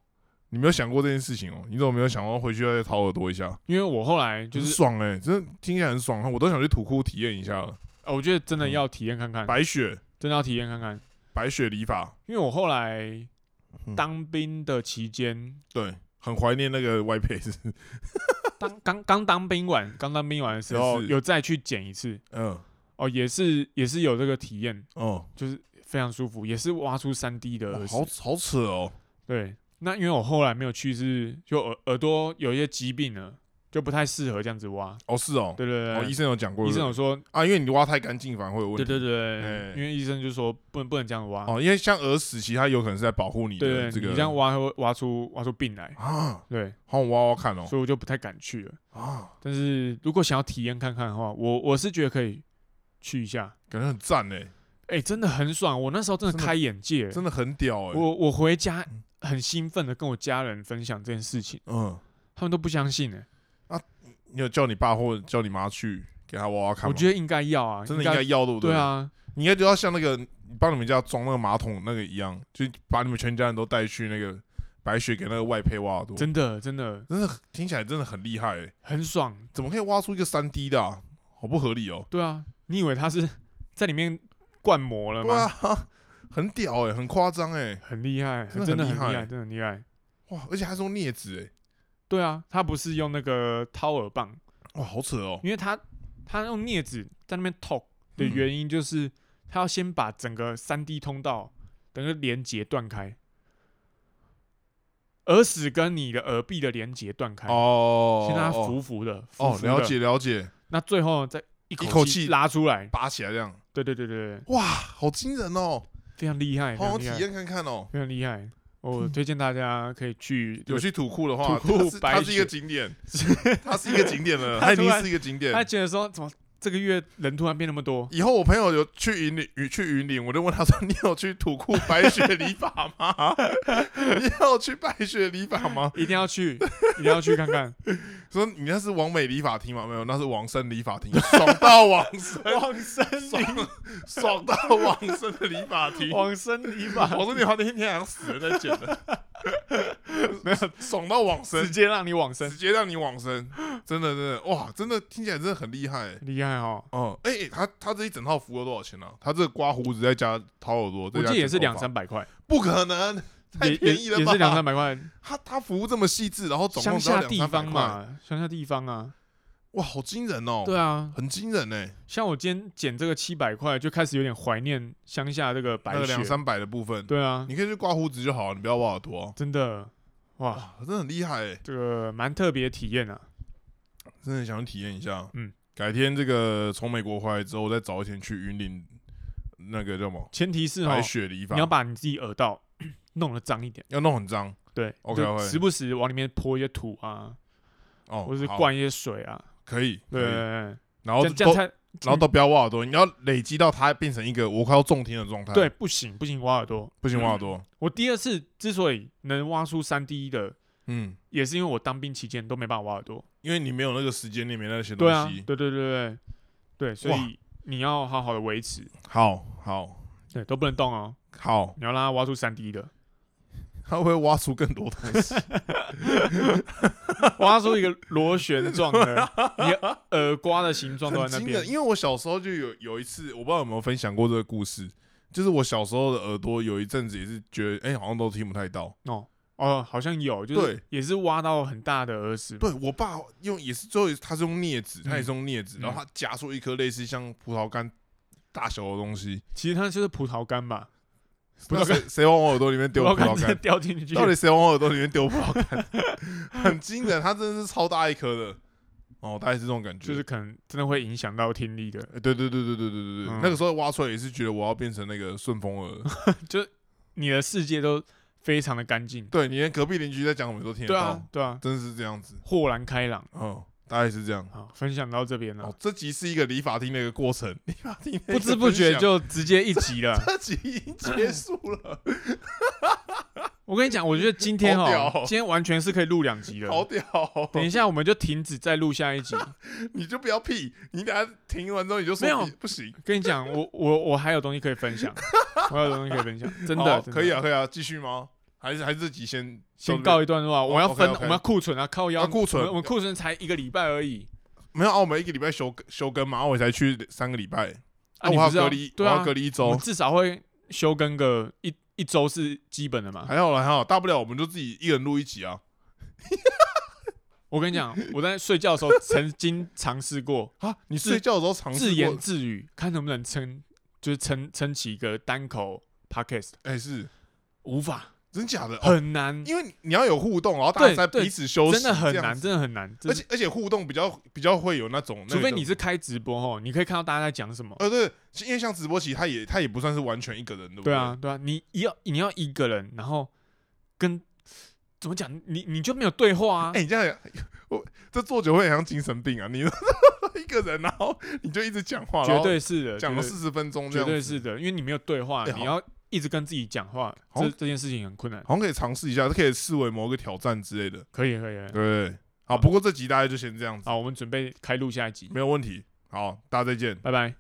Speaker 1: 你没有想过这件事情哦？你怎么没有想过回去要再掏耳朵一下？
Speaker 2: 因为我后来就
Speaker 1: 很
Speaker 2: 是，
Speaker 1: 爽哎、真的听起来很爽，我都想去土库体验一下了。
Speaker 2: 呃我觉得真的要体验看看，
Speaker 1: 白雪，
Speaker 2: 真的要体验看看，
Speaker 1: 白雪理发，
Speaker 2: 因为我后来
Speaker 1: 嗯
Speaker 2: 当兵的期间，
Speaker 1: 对，很怀念那个外配，是
Speaker 2: 当刚刚当兵完，刚当兵完的时候
Speaker 1: 也是
Speaker 2: 有再去剪一次，
Speaker 1: 嗯，
Speaker 2: 哦，也是也是有这个体验，
Speaker 1: 哦，呃
Speaker 2: 就是非常舒服，也是挖出三 D 的
Speaker 1: 哇
Speaker 2: 耳屎
Speaker 1: 好好扯哦，
Speaker 2: 对，那因为我后来没有去是，就耳耳朵有一些疾病了，就不太适合这样子挖，
Speaker 1: 哦是哦，
Speaker 2: 对对
Speaker 1: 哦
Speaker 2: 对
Speaker 1: 医生有讲过，
Speaker 2: 医生有说，
Speaker 1: 啊，因为你挖太干净反而会有问
Speaker 2: 对
Speaker 1: 题，
Speaker 2: 对对
Speaker 1: 哎
Speaker 2: 对，因为医生就说不能不能这样挖，
Speaker 1: 哦，因为像耳屎，其实它有可能是在保护你
Speaker 2: 对
Speaker 1: 的
Speaker 2: 对，
Speaker 1: 这个
Speaker 2: 你这样挖会挖出挖出病来，
Speaker 1: 啊，
Speaker 2: 对，
Speaker 1: 好，我挖挖看哦
Speaker 2: 所以我就不太敢去了。
Speaker 1: 啊，
Speaker 2: 但是如果想要体验看看的话，我我是觉得可以去一下，
Speaker 1: 感觉很赞哎，
Speaker 2: 哎、真的很爽，我那时候真的
Speaker 1: 真的
Speaker 2: 开眼界了，
Speaker 1: 真的很屌哎，
Speaker 2: 我我回家
Speaker 1: 嗯
Speaker 2: 很兴奋的跟我家人分享这件事情，
Speaker 1: 嗯，
Speaker 2: 他们都不相信呢、
Speaker 1: 你有叫你爸或者叫你妈去给他挖挖看
Speaker 2: 我
Speaker 1: 吗？
Speaker 2: 觉得应该要啊，
Speaker 1: 真的应该要，对不
Speaker 2: 对啊，
Speaker 1: 你应该就要像那个帮你们家装那个马桶那个一样，就把你们全家人都带去那个白雪给那个外配挖耳朵，
Speaker 2: 真的真的
Speaker 1: 真的很听起来真的很厉害、欸，
Speaker 2: 很爽，
Speaker 1: 怎么可以挖出一个三 D 的、啊？好不合理哦、
Speaker 2: 对啊，你以为他是在里面灌膜了
Speaker 1: 对
Speaker 2: 吗？
Speaker 1: 啊， 很屌哎、很夸张哎，
Speaker 2: 很厉害，
Speaker 1: 真的
Speaker 2: 真的
Speaker 1: 很
Speaker 2: 很
Speaker 1: 厉害
Speaker 2: 厉害，真的很厉害。
Speaker 1: 哇！而且还是用镊子哎、
Speaker 2: 对啊，他不是用那个掏耳棒，
Speaker 1: 哇，好扯 哦、
Speaker 2: 因为他他用镊子在那边透
Speaker 1: 嗯
Speaker 2: 的原因，就是他要先把整个三 D 通道整个连接断开，耳屎跟你的耳壁的连接断开，
Speaker 1: 哦，
Speaker 2: 先让它
Speaker 1: 哦
Speaker 2: 浮浮的，
Speaker 1: 哦
Speaker 2: 浮，浮的
Speaker 1: 了，解了解，
Speaker 2: 那最后再一
Speaker 1: 一口
Speaker 2: 气
Speaker 1: 气
Speaker 2: 拉出来，
Speaker 1: 拔起来这样，
Speaker 2: 对对对对，对
Speaker 1: 哇，好惊人哦、
Speaker 2: 非常厉害，非
Speaker 1: 好
Speaker 2: 常
Speaker 1: 好
Speaker 2: 哎厉
Speaker 1: 体
Speaker 2: 害，
Speaker 1: 验看看哦、
Speaker 2: 非常厉害。我推荐大家可以去这
Speaker 1: 有
Speaker 2: 个
Speaker 1: 去土库的话，
Speaker 2: 土库
Speaker 1: 它是
Speaker 2: 白
Speaker 1: 它是一个
Speaker 2: 雪
Speaker 1: 景点，它是一个景点 了，
Speaker 2: 他
Speaker 1: 它已经
Speaker 2: 突然
Speaker 1: 是一个景
Speaker 2: 他
Speaker 1: 点。
Speaker 2: 觉得说，怎么这个月人突然变那 么多？
Speaker 1: 以后我朋友有去云林， 去云林，我就问他说：“ 你有去土库白雪理发吗？ 你有去白雪理发吗
Speaker 2: 一定要去，一定要去看 看。？”
Speaker 1: 说：“你那是王美理发厅吗？没有，那是王生理发厅， 爽到王生，
Speaker 2: 往生
Speaker 1: 爽爽到王生的理发 厅。
Speaker 2: 往生理吧，
Speaker 1: 王生理发厅天天好像死了在剪的，
Speaker 2: 没有
Speaker 1: 爽到往生
Speaker 2: 直，接让你往生
Speaker 1: 直，接让你往生，真的真的哇，真的听起来真的很厉害、欸。”
Speaker 2: 厉害哦！
Speaker 1: 哦，哎、欸他他这一整套服了多少钱呢、啊？他这个刮胡子再加掏耳朵，
Speaker 2: 我
Speaker 1: 再
Speaker 2: 记
Speaker 1: 加
Speaker 2: 得也
Speaker 1: 剪
Speaker 2: 是
Speaker 1: 头
Speaker 2: 两
Speaker 1: 发，
Speaker 2: 三百块，
Speaker 1: 不可能，太
Speaker 2: 也也
Speaker 1: 便宜了吧？
Speaker 2: 也是两三百块，
Speaker 1: 他他服务这么细致，然后总共
Speaker 2: 乡
Speaker 1: 只要
Speaker 2: 下
Speaker 1: 两
Speaker 2: 地
Speaker 1: 三百
Speaker 2: 方
Speaker 1: 块，
Speaker 2: 嘛，乡下地方啊，
Speaker 1: 哇，好惊人哦！
Speaker 2: 对啊，
Speaker 1: 很惊人哎、
Speaker 2: 像我今天捡这个七百块，就开始有点怀念乡下这个
Speaker 1: 那
Speaker 2: 白
Speaker 1: 个两
Speaker 2: 雪，
Speaker 1: 三百的部分，
Speaker 2: 对啊，
Speaker 1: 你可以去刮胡子就好了，你不要挖耳朵、
Speaker 2: 真的哇，
Speaker 1: 真的很厉害哎、
Speaker 2: 这个蛮特别的体验啊，
Speaker 1: 真的很想去体验一下。
Speaker 2: 嗯，
Speaker 1: 改天这个从美国回来之后，我再找一天去云林那个叫什么
Speaker 2: 前提是哦
Speaker 1: 白，雪理发，
Speaker 2: 你要把你自己耳道弄得脏一点。
Speaker 1: 要弄很脏
Speaker 2: 对
Speaker 1: OK，
Speaker 2: 就
Speaker 1: OK
Speaker 2: 时不时往里面泼一些土啊，
Speaker 1: 哦，
Speaker 2: 或者是
Speaker 1: 好
Speaker 2: 灌一些水啊，
Speaker 1: 可以
Speaker 2: 对，
Speaker 1: 可以
Speaker 2: 对
Speaker 1: 然后
Speaker 2: 对这样
Speaker 1: 都
Speaker 2: 才
Speaker 1: 然后都不要挖耳朵，你要累积到它变成一个我快要中天的状态。
Speaker 2: 对，，嗯不行不行，挖耳朵
Speaker 1: 不行挖耳朵。
Speaker 2: 我第二次之所以能挖出三 D 的，
Speaker 1: 嗯，
Speaker 2: 也是因为我当兵期间都没办法挖耳朵。
Speaker 1: 因为你没有那个时间，你没那些东
Speaker 2: 对啊，
Speaker 1: 西。
Speaker 2: 对对对对对，所
Speaker 1: 哇
Speaker 2: 以你要好好的维持，
Speaker 1: 好好
Speaker 2: 对，都不能动哦，
Speaker 1: 好，
Speaker 2: 你要让它挖出三 D 的，
Speaker 1: 它会挖出更多东 西。
Speaker 2: 挖出一个螺旋状的，你的耳刮的形状都
Speaker 1: 很
Speaker 2: 在那
Speaker 1: 惊
Speaker 2: 边
Speaker 1: 人，因。为我小时候就有有一次，我不知道有没有分享过这个故事，就是我小时候的耳朵有一阵子也是觉得，哎、好像都听不太到。
Speaker 2: 哦，好像有，就是
Speaker 1: 对
Speaker 2: 也是挖到很大的耳屎，
Speaker 1: 对我爸用也是最后他是用镊子，他也是用镊子，
Speaker 2: 嗯
Speaker 1: 然后他夹出一颗类似像葡萄干大小的东西，
Speaker 2: 其实它就是葡萄干吧，葡
Speaker 1: 不知
Speaker 2: 萄
Speaker 1: 道
Speaker 2: 干
Speaker 1: 谁谁往我耳朵里面丢葡 萄
Speaker 2: 直
Speaker 1: 干
Speaker 2: 接，掉进去，
Speaker 1: 到底谁往我耳朵里面丢不好看？ 很惊人，它真的是超大一颗的。哦，大概是这种感觉。
Speaker 2: 就是可能真的会影响到听力的，
Speaker 1: 呃，对对对对对对对对，
Speaker 2: 嗯
Speaker 1: 那个时候挖出来也是觉得我要变成那个顺风耳。
Speaker 2: 你的世界都非常的干净。
Speaker 1: 对你连隔壁邻居在讲什么都听得
Speaker 2: 对
Speaker 1: 到，
Speaker 2: 啊，对啊，
Speaker 1: 真的是这样子。
Speaker 2: 豁然开朗。
Speaker 1: 哦，大概是这样。
Speaker 2: 好，分享到这边了
Speaker 1: 哦，，这集是一个理发厅的一个过程，理发厅的一
Speaker 2: 不
Speaker 1: 个
Speaker 2: 知不觉
Speaker 1: 分享
Speaker 2: 就直接一集
Speaker 1: 。
Speaker 2: 了
Speaker 1: 这集已经结束 了，
Speaker 2: 我跟你讲，我觉得今天
Speaker 1: 好屌
Speaker 2: 哦
Speaker 1: 哦，
Speaker 2: 今天完全是可以录两集
Speaker 1: 好
Speaker 2: 了。
Speaker 1: 屌哦！
Speaker 2: 等一下我们就停止再录下一 集。
Speaker 1: 你就不要屁，你等下停完之后你就说
Speaker 2: 没有
Speaker 1: 你不行，
Speaker 2: 跟你讲，我我我还有东西可以 分享，我还有东西可以分享，真
Speaker 1: 好
Speaker 2: 的
Speaker 1: 可以。
Speaker 2: 真
Speaker 1: 啊
Speaker 2: 的
Speaker 1: 可以啊，继续吗？还是还是这集先
Speaker 2: 先告一段落啊，我要分，
Speaker 1: 哦 OK，OK
Speaker 2: 我们要库存啊，靠腰
Speaker 1: 要库存
Speaker 2: 我们我们库存才一个礼拜而已。
Speaker 1: 没有啊，我们一个礼拜休休更嘛，啊我才去三个礼拜，
Speaker 2: 啊，你
Speaker 1: 我
Speaker 2: 不
Speaker 1: 还要
Speaker 2: 知道
Speaker 1: 隔离，
Speaker 2: 对
Speaker 1: 我
Speaker 2: 啊
Speaker 1: 要，隔离一
Speaker 2: 我
Speaker 1: 周
Speaker 2: 们，至少会休更个一一周是基本的嘛。
Speaker 1: 还好啦，还好，大不了我们就自己一人录一集啊。
Speaker 2: 我跟 你讲，我在睡觉的时候曾经尝试过
Speaker 1: 啊，你
Speaker 2: 自
Speaker 1: 睡觉的时候 尝试
Speaker 2: 自言
Speaker 1: 过？
Speaker 2: 自语，看能不能撑，就是撑撑起一个单口 podcast，
Speaker 1: 哎，是
Speaker 2: 无法，
Speaker 1: 真假的？哦
Speaker 2: 很难，
Speaker 1: 因为你要有互动，然后大家
Speaker 2: 对
Speaker 1: 才
Speaker 2: 对
Speaker 1: 彼此休息，
Speaker 2: 真的很
Speaker 1: 这样
Speaker 2: 难，
Speaker 1: 子。
Speaker 2: 真的很难。
Speaker 1: 而
Speaker 2: 这是
Speaker 1: 且而且互动比较比较会有那种，
Speaker 2: 除非你
Speaker 1: 是
Speaker 2: 是开直播吼，你可以看到大家在讲什么。
Speaker 1: 呃对，因为像直播其实他也他也不算是完全一个人，对不
Speaker 2: 对啊，对啊，你一要你要一个人，然后跟怎么讲，你你就没有对话啊
Speaker 1: 哎、。你这样 也，我这做久会很像精神病啊！你 一个人，然后你就一直讲话，然
Speaker 2: 绝
Speaker 1: 后
Speaker 2: 对是的，
Speaker 1: 讲了
Speaker 2: 绝
Speaker 1: 四十分钟这
Speaker 2: 对绝
Speaker 1: 样
Speaker 2: 对
Speaker 1: 子
Speaker 2: 是的，因为你没有对话，
Speaker 1: 哎
Speaker 2: 你
Speaker 1: 好
Speaker 2: 要一直跟自己讲话，
Speaker 1: 好
Speaker 2: 这这件事情很困难。
Speaker 1: 好像可以尝试一下，这可以视为某个挑战之类的。
Speaker 2: 可以，可以，可以
Speaker 1: 对，好，不过这集大概就先这样子，
Speaker 2: 好，我们准备开录下一集。
Speaker 1: 没有问题。
Speaker 3: 好，大家再见。
Speaker 1: 拜拜。